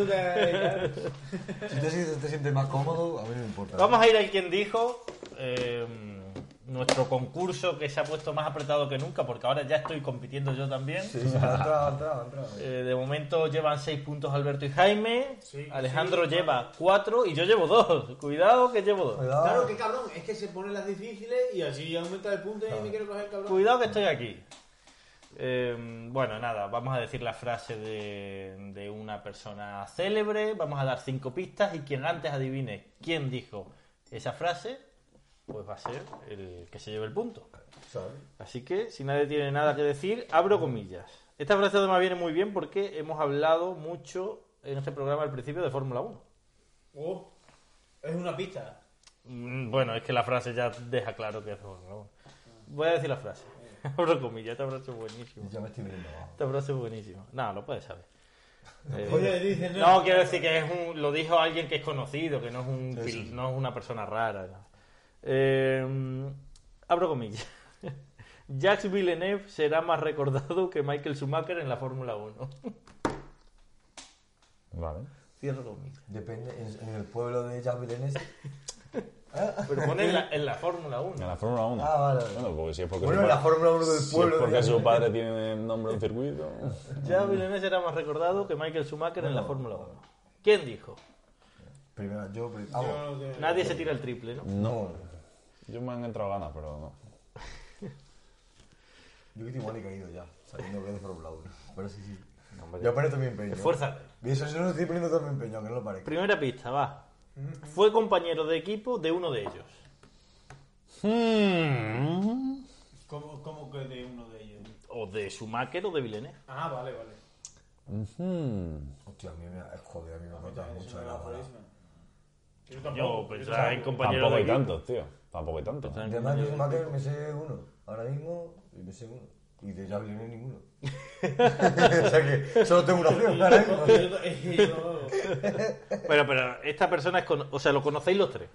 Speaker 1: gusta.
Speaker 2: Si te sientes, te sientes más cómodo, a mí no me importa.
Speaker 4: vamos a ir al quien dijo. eh, nuestro concurso que se ha puesto más apretado que nunca, porque ahora ya estoy compitiendo yo también.
Speaker 2: Sí, sí, va, entra, entra, entra.
Speaker 4: Eh, de momento llevan 6 puntos Alberto y Jaime.
Speaker 1: Sí,
Speaker 4: Alejandro lleva 4 y yo llevo 2. Cuidado que llevo 2.
Speaker 2: Cuidado.
Speaker 1: Claro, que cabrón, es que se ponen las difíciles y así aumenta el punto y me quiero coger el cabrón.
Speaker 4: Cuidado que estoy aquí. Eh, bueno, nada, vamos a decir la frase de, de una persona célebre. Vamos a dar 5 pistas y quien antes adivine quién dijo esa frase, pues va a ser el que se lleve el punto.
Speaker 2: ¿Sabes?
Speaker 4: Así que, si nadie tiene nada que decir, abro comillas. Esta frase además viene muy bien porque hemos hablado mucho en este programa al principio de Fórmula 1.
Speaker 1: Oh, es una pista.
Speaker 4: Mm, Bueno, es que la frase ya deja claro que es Fórmula 1. Voy a decir la frase. *laughs* Abro comillas, esta frase es buenísima.
Speaker 2: Ya me estoy viendo abajo.
Speaker 4: Esta frase Este es buenísima. No, lo puedes *laughs* saber. Eh,
Speaker 1: Oye, dice,
Speaker 4: no,
Speaker 1: no.
Speaker 4: quiero decir que es un, lo dijo alguien que es conocido, que no es, un, pil- no es una persona rara. ¿no? Eh, abro comillas. *laughs* Jacques Villeneuve será más recordado que Michael Schumacher en la Fórmula 1.
Speaker 3: Vale.
Speaker 4: *laughs* Cierro comillas.
Speaker 2: Depende, en, en el pueblo de Jacques Villeneuve.
Speaker 4: Pero pone en la, en la Fórmula 1.
Speaker 3: En la Fórmula 1.
Speaker 2: Ah, vale, vale.
Speaker 3: Bueno, porque si es porque.
Speaker 2: Bueno,
Speaker 3: su
Speaker 2: en la
Speaker 3: pa-
Speaker 2: Fórmula 1 del
Speaker 3: si es
Speaker 2: pueblo
Speaker 3: porque
Speaker 2: de-
Speaker 3: su padre tiene nombre en circuito.
Speaker 4: Jacques Villeneuve será más recordado que Michael Schumacher en la Fórmula 1. ¿Quién dijo?
Speaker 2: Primero, yo, primero.
Speaker 1: Yo no sé.
Speaker 4: Nadie se tira el triple, ¿no?
Speaker 2: No,
Speaker 3: Yo me han entrado ganas, pero no.
Speaker 2: yo que igual he caído ya, sabiendo que es de Fórmula 1. Pero sí, sí. Yo pone todo mi empeño.
Speaker 4: Esfuérzate.
Speaker 2: Y eso yo no estoy poniendo todo mi empeño, aunque no lo parezca.
Speaker 4: Primera pista, va. Fue compañero de equipo de uno de ellos.
Speaker 3: Hmm.
Speaker 1: ¿Cómo, cómo que de uno de ellos?
Speaker 4: O de Schumacher o de Villeneuve.
Speaker 1: Ah, vale, vale.
Speaker 3: Hmm.
Speaker 2: Hostia, a mí me. Joder, a mí me mata mucho de la bala.
Speaker 1: Yo tampoco.
Speaker 4: Yo pensaba en
Speaker 2: Pues
Speaker 4: compañero
Speaker 3: Tampoco
Speaker 4: de
Speaker 3: hay
Speaker 4: equipo.
Speaker 3: tantos, tío. Tampoco hay tantos. ¿eh?
Speaker 4: Pensaba en
Speaker 2: De Michael Schumacher me sé uno. Ahora mismo me sé uno. Y de Jacques Villeneuve
Speaker 1: *laughs*
Speaker 2: ninguno. *laughs* o sea que solo tengo una opción ahora
Speaker 1: *laughs*
Speaker 2: mismo.
Speaker 4: Bueno, pero esta persona es. con- O sea, lo conocéis los tres.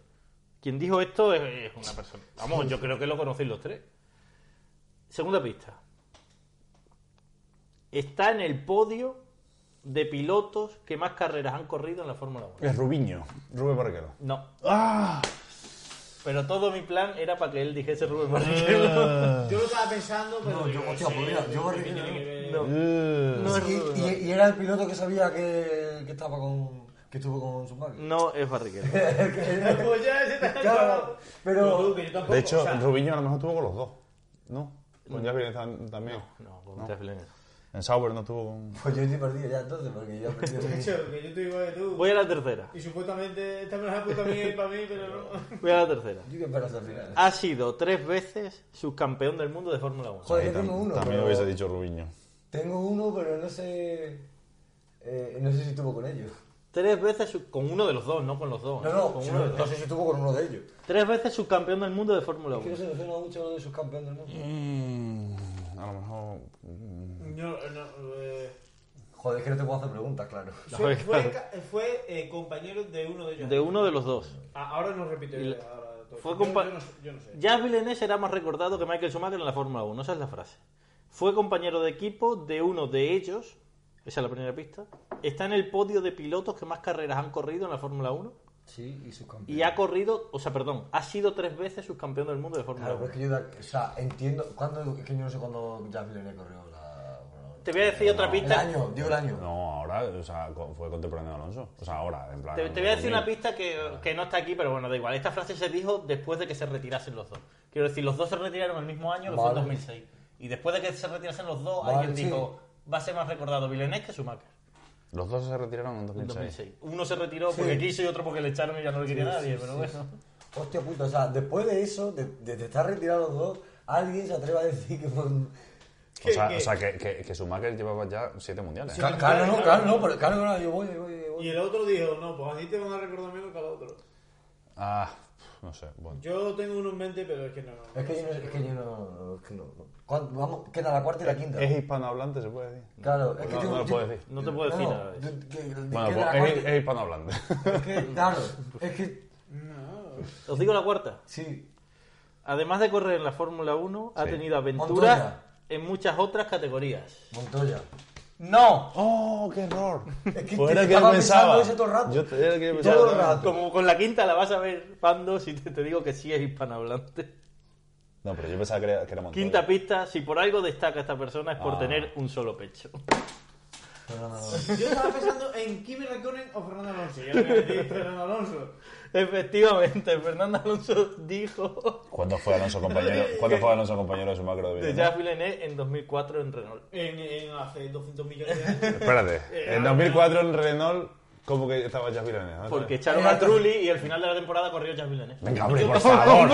Speaker 4: Quien dijo esto es, es una persona. Vamos, yo creo que lo conocéis los tres. Segunda pista. Está en el podio de pilotos que más carreras han corrido en la Fórmula 1.
Speaker 3: Es Rubiño. Rubén Barquero.
Speaker 4: No. Pero todo mi plan era para que él dijese Rubén Barrichello.
Speaker 1: Yo lo estaba pensando, pero.
Speaker 2: No, yo, hostia, pues mira, yo Barrichello no.
Speaker 4: No.
Speaker 2: Uh.
Speaker 4: No es
Speaker 2: Y,
Speaker 4: Rubén.
Speaker 2: y- y era el piloto que sabía que, que estaba con. que estuvo con Schumacher.
Speaker 4: No es Barrichello.
Speaker 1: *laughs* Pues ya se te ha
Speaker 2: Claro, pero.
Speaker 3: De hecho, Rubiño a lo mejor tuvo con los dos. ¿No? Con Javier también.
Speaker 4: No, con Jeff Lennon.
Speaker 3: En Sauber no estuvo con.
Speaker 2: Pues yo estoy perdido ya entonces, porque yo he *laughs* perdido.
Speaker 1: De
Speaker 2: mi-
Speaker 1: hecho, que yo te digo que tú.
Speaker 4: Voy a la tercera.
Speaker 1: Y supuestamente esta me la has puesto a mí para mí, pero no.
Speaker 4: Voy a la tercera.
Speaker 2: Yo que espero hasta el
Speaker 3: Ah,
Speaker 2: final.
Speaker 4: Ha sido tres veces subcampeón del mundo de Fórmula 1.
Speaker 2: Joder,
Speaker 3: Ahí
Speaker 2: que tengo
Speaker 3: tam-
Speaker 2: uno.
Speaker 3: También
Speaker 2: pero-
Speaker 3: hubiese dicho Rubiño.
Speaker 2: Tengo uno, pero no sé. eh, no sé si estuvo con ellos.
Speaker 4: Tres veces sub- con uno de los dos, no con los dos.
Speaker 2: No,
Speaker 4: ¿eh?
Speaker 2: no,
Speaker 4: con
Speaker 2: si
Speaker 4: uno
Speaker 2: no,
Speaker 4: de los dos.
Speaker 2: no sé si estuvo con uno de ellos.
Speaker 4: Tres veces subcampeón del mundo de Fórmula
Speaker 2: Quiero
Speaker 4: 1.
Speaker 2: seleccionar mucho de sus campeones del mundo.
Speaker 3: Mm, a lo mejor.
Speaker 1: No, no. eh,
Speaker 2: Joder, es que no te puedo hacer preguntas, claro.
Speaker 1: Fue, fue, ca- fue, eh, compañero de uno de ellos.
Speaker 4: De uno de los dos.
Speaker 1: Ah, ahora no repite.
Speaker 4: Y la-
Speaker 1: ahora todo.
Speaker 4: fue
Speaker 1: Yo-
Speaker 4: compa-
Speaker 1: yo, no, sé- yo no sé.
Speaker 4: Jacques Villeneuve será más recordado que Michael Schumacher en la Fórmula 1. Esa es la frase. Fue compañero de equipo de uno de ellos. Esa es la primera pista. Está en el podio de pilotos que más carreras han corrido en la Fórmula 1.
Speaker 2: Sí, y sus campeones.
Speaker 4: Y ha corrido, o sea, perdón, ha sido tres veces subcampeón del mundo de Fórmula
Speaker 2: Claro, pero
Speaker 4: 1.
Speaker 2: es que yo. da- O sea, entiendo. ¿Cuándo, es que yo no sé cuándo Jacques Villeneuve corrió la. bueno,
Speaker 4: Te voy a decir otra
Speaker 2: El
Speaker 4: pista.
Speaker 2: año, digo el año.
Speaker 3: No, ahora, o sea, co- fue contemporáneo de Alonso. O sea, ahora, en plan.
Speaker 4: Te, te voy a decir
Speaker 3: 2000.
Speaker 4: una pista que, que no está aquí, pero bueno, da igual. Esta frase se dijo después de que se retirasen los dos. Quiero decir, los dos se retiraron el mismo año, que fue en
Speaker 2: Vale.
Speaker 4: 2006. Y después de que se retirasen los dos,
Speaker 2: Vale,
Speaker 4: alguien
Speaker 2: sí.
Speaker 4: dijo, va a ser más recordado Villeneuve que Schumacher.
Speaker 3: Los dos se retiraron en 2006.
Speaker 4: 2006. Uno se retiró porque quiso y otro porque le echaron y ya no le quería nadie, pero bueno.
Speaker 2: Hostia puta, o sea, después de eso, de, de, de estar retirados los dos, alguien se atreve a decir que fue un-
Speaker 3: O sea,
Speaker 1: ¿Qué-
Speaker 3: o
Speaker 1: qué?
Speaker 3: sea, que, que, que Schumacher llevaba ya siete mundiales.
Speaker 2: Ca- Carlos no, Carlos no, pero Carlos no, yo voy, yo voy, yo voy.
Speaker 1: Y el otro dijo, no, pues a ti te van a recordar menos que al otro.
Speaker 3: Ah, no sé. Bueno.
Speaker 1: Yo tengo uno en mente, pero es que no. no.
Speaker 2: Es que yo no, es que yo no, es que no. no. ¿Cuán- Vamos, queda la cuarta y la quinta.
Speaker 3: ¿Es hispanohablante, se puede decir?
Speaker 2: Claro, es que
Speaker 3: No,
Speaker 2: yo-
Speaker 3: no lo
Speaker 2: yo-
Speaker 3: puedo decir.
Speaker 4: No te puedo decir
Speaker 2: no,
Speaker 4: nada.
Speaker 2: yo- que- que- queda
Speaker 3: Bueno,
Speaker 2: la
Speaker 3: pues es,
Speaker 2: cuarta-
Speaker 3: es hispanohablante.
Speaker 2: es que, claro, es que,
Speaker 4: Os digo la cuarta.
Speaker 2: sí,
Speaker 4: Además de correr en la Fórmula 1, ha
Speaker 3: Sí.
Speaker 4: tenido aventuras
Speaker 2: Montoya.
Speaker 4: en muchas otras categorías. *laughs*
Speaker 2: Montoya.
Speaker 4: ¡No!
Speaker 3: *laughs* ¡Oh, qué error!
Speaker 2: Es que
Speaker 3: Pues
Speaker 2: te
Speaker 3: era que
Speaker 2: estaba
Speaker 3: yo pensaba.
Speaker 2: pensando eso todo el rato.
Speaker 3: Yo te- era que yo
Speaker 2: Todo
Speaker 3: pensaba.
Speaker 2: el rato.
Speaker 4: Como con la quinta la vas a ver, Pando, si te, te digo que sí es hispanohablante.
Speaker 3: No, pero yo pensaba que era, que era Montoya.
Speaker 4: Quinta pista, si por algo destaca esta persona es por
Speaker 3: Ah.
Speaker 4: tener un solo pecho. *laughs*
Speaker 2: Pero no,
Speaker 1: Yo estaba pensando en Kimi Raikkonen o Fernando Alonso. Ya me decís Fernando Alonso.
Speaker 4: Efectivamente, Fernando Alonso dijo
Speaker 3: ¿Cuándo fue Alonso compañero, ¿cuándo fue Alonso compañero de Schumacher de
Speaker 4: de
Speaker 3: Villeneuve?
Speaker 4: Jacques Villeneuve en 2004 en Renault.
Speaker 1: En, en hace 200 millones de
Speaker 3: *laughs*
Speaker 1: años.
Speaker 3: Espérate. En 2004 en Renault, ¿cómo que estaba ya Villeneuve? ¿Dónde
Speaker 4: Porque
Speaker 3: estaba?
Speaker 4: echaron a Trulli y al final de la temporada corrió Jacques Villeneuve.
Speaker 3: Venga, hombre, por favor.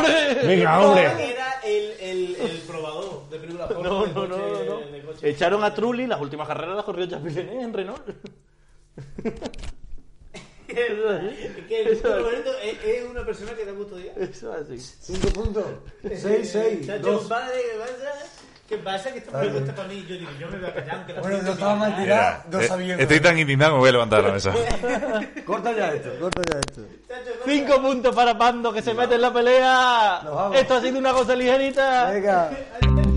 Speaker 3: Venga, hombre.
Speaker 1: Era el, el, el probador de película porno
Speaker 4: No,
Speaker 1: del
Speaker 4: no, no, no,
Speaker 1: coche-
Speaker 4: no.
Speaker 1: del coche.
Speaker 4: Echaron a Trulli, las últimas carreras las corrió Jacques Villeneuve en Renault. Eso es.
Speaker 1: Es que el puto Roberto es, es una persona que da gusto día.
Speaker 4: Eso así.
Speaker 2: 5 puntos, 6, 6,
Speaker 1: Chacho,
Speaker 2: 2.
Speaker 1: vale, ¿qué pasa? ¿Qué pasa? Que esta
Speaker 2: Está bien.
Speaker 1: pregunta para mí. Yo digo, yo me voy a callar aunque la
Speaker 2: Bueno,
Speaker 1: gente
Speaker 2: yo
Speaker 1: me
Speaker 2: estaba
Speaker 1: diga,
Speaker 2: mal tirado, no
Speaker 3: eh,
Speaker 2: sabía.
Speaker 3: tan indignado que voy a levantar la mesa.
Speaker 2: Corta ya esto, corta ya esto.
Speaker 1: Chacho, no,
Speaker 4: Cinco puntos para Pando que se mete en la pelea.
Speaker 2: Nos vamos.
Speaker 4: Esto ha sido una cosa ligerita.
Speaker 2: Venga.
Speaker 1: no, no.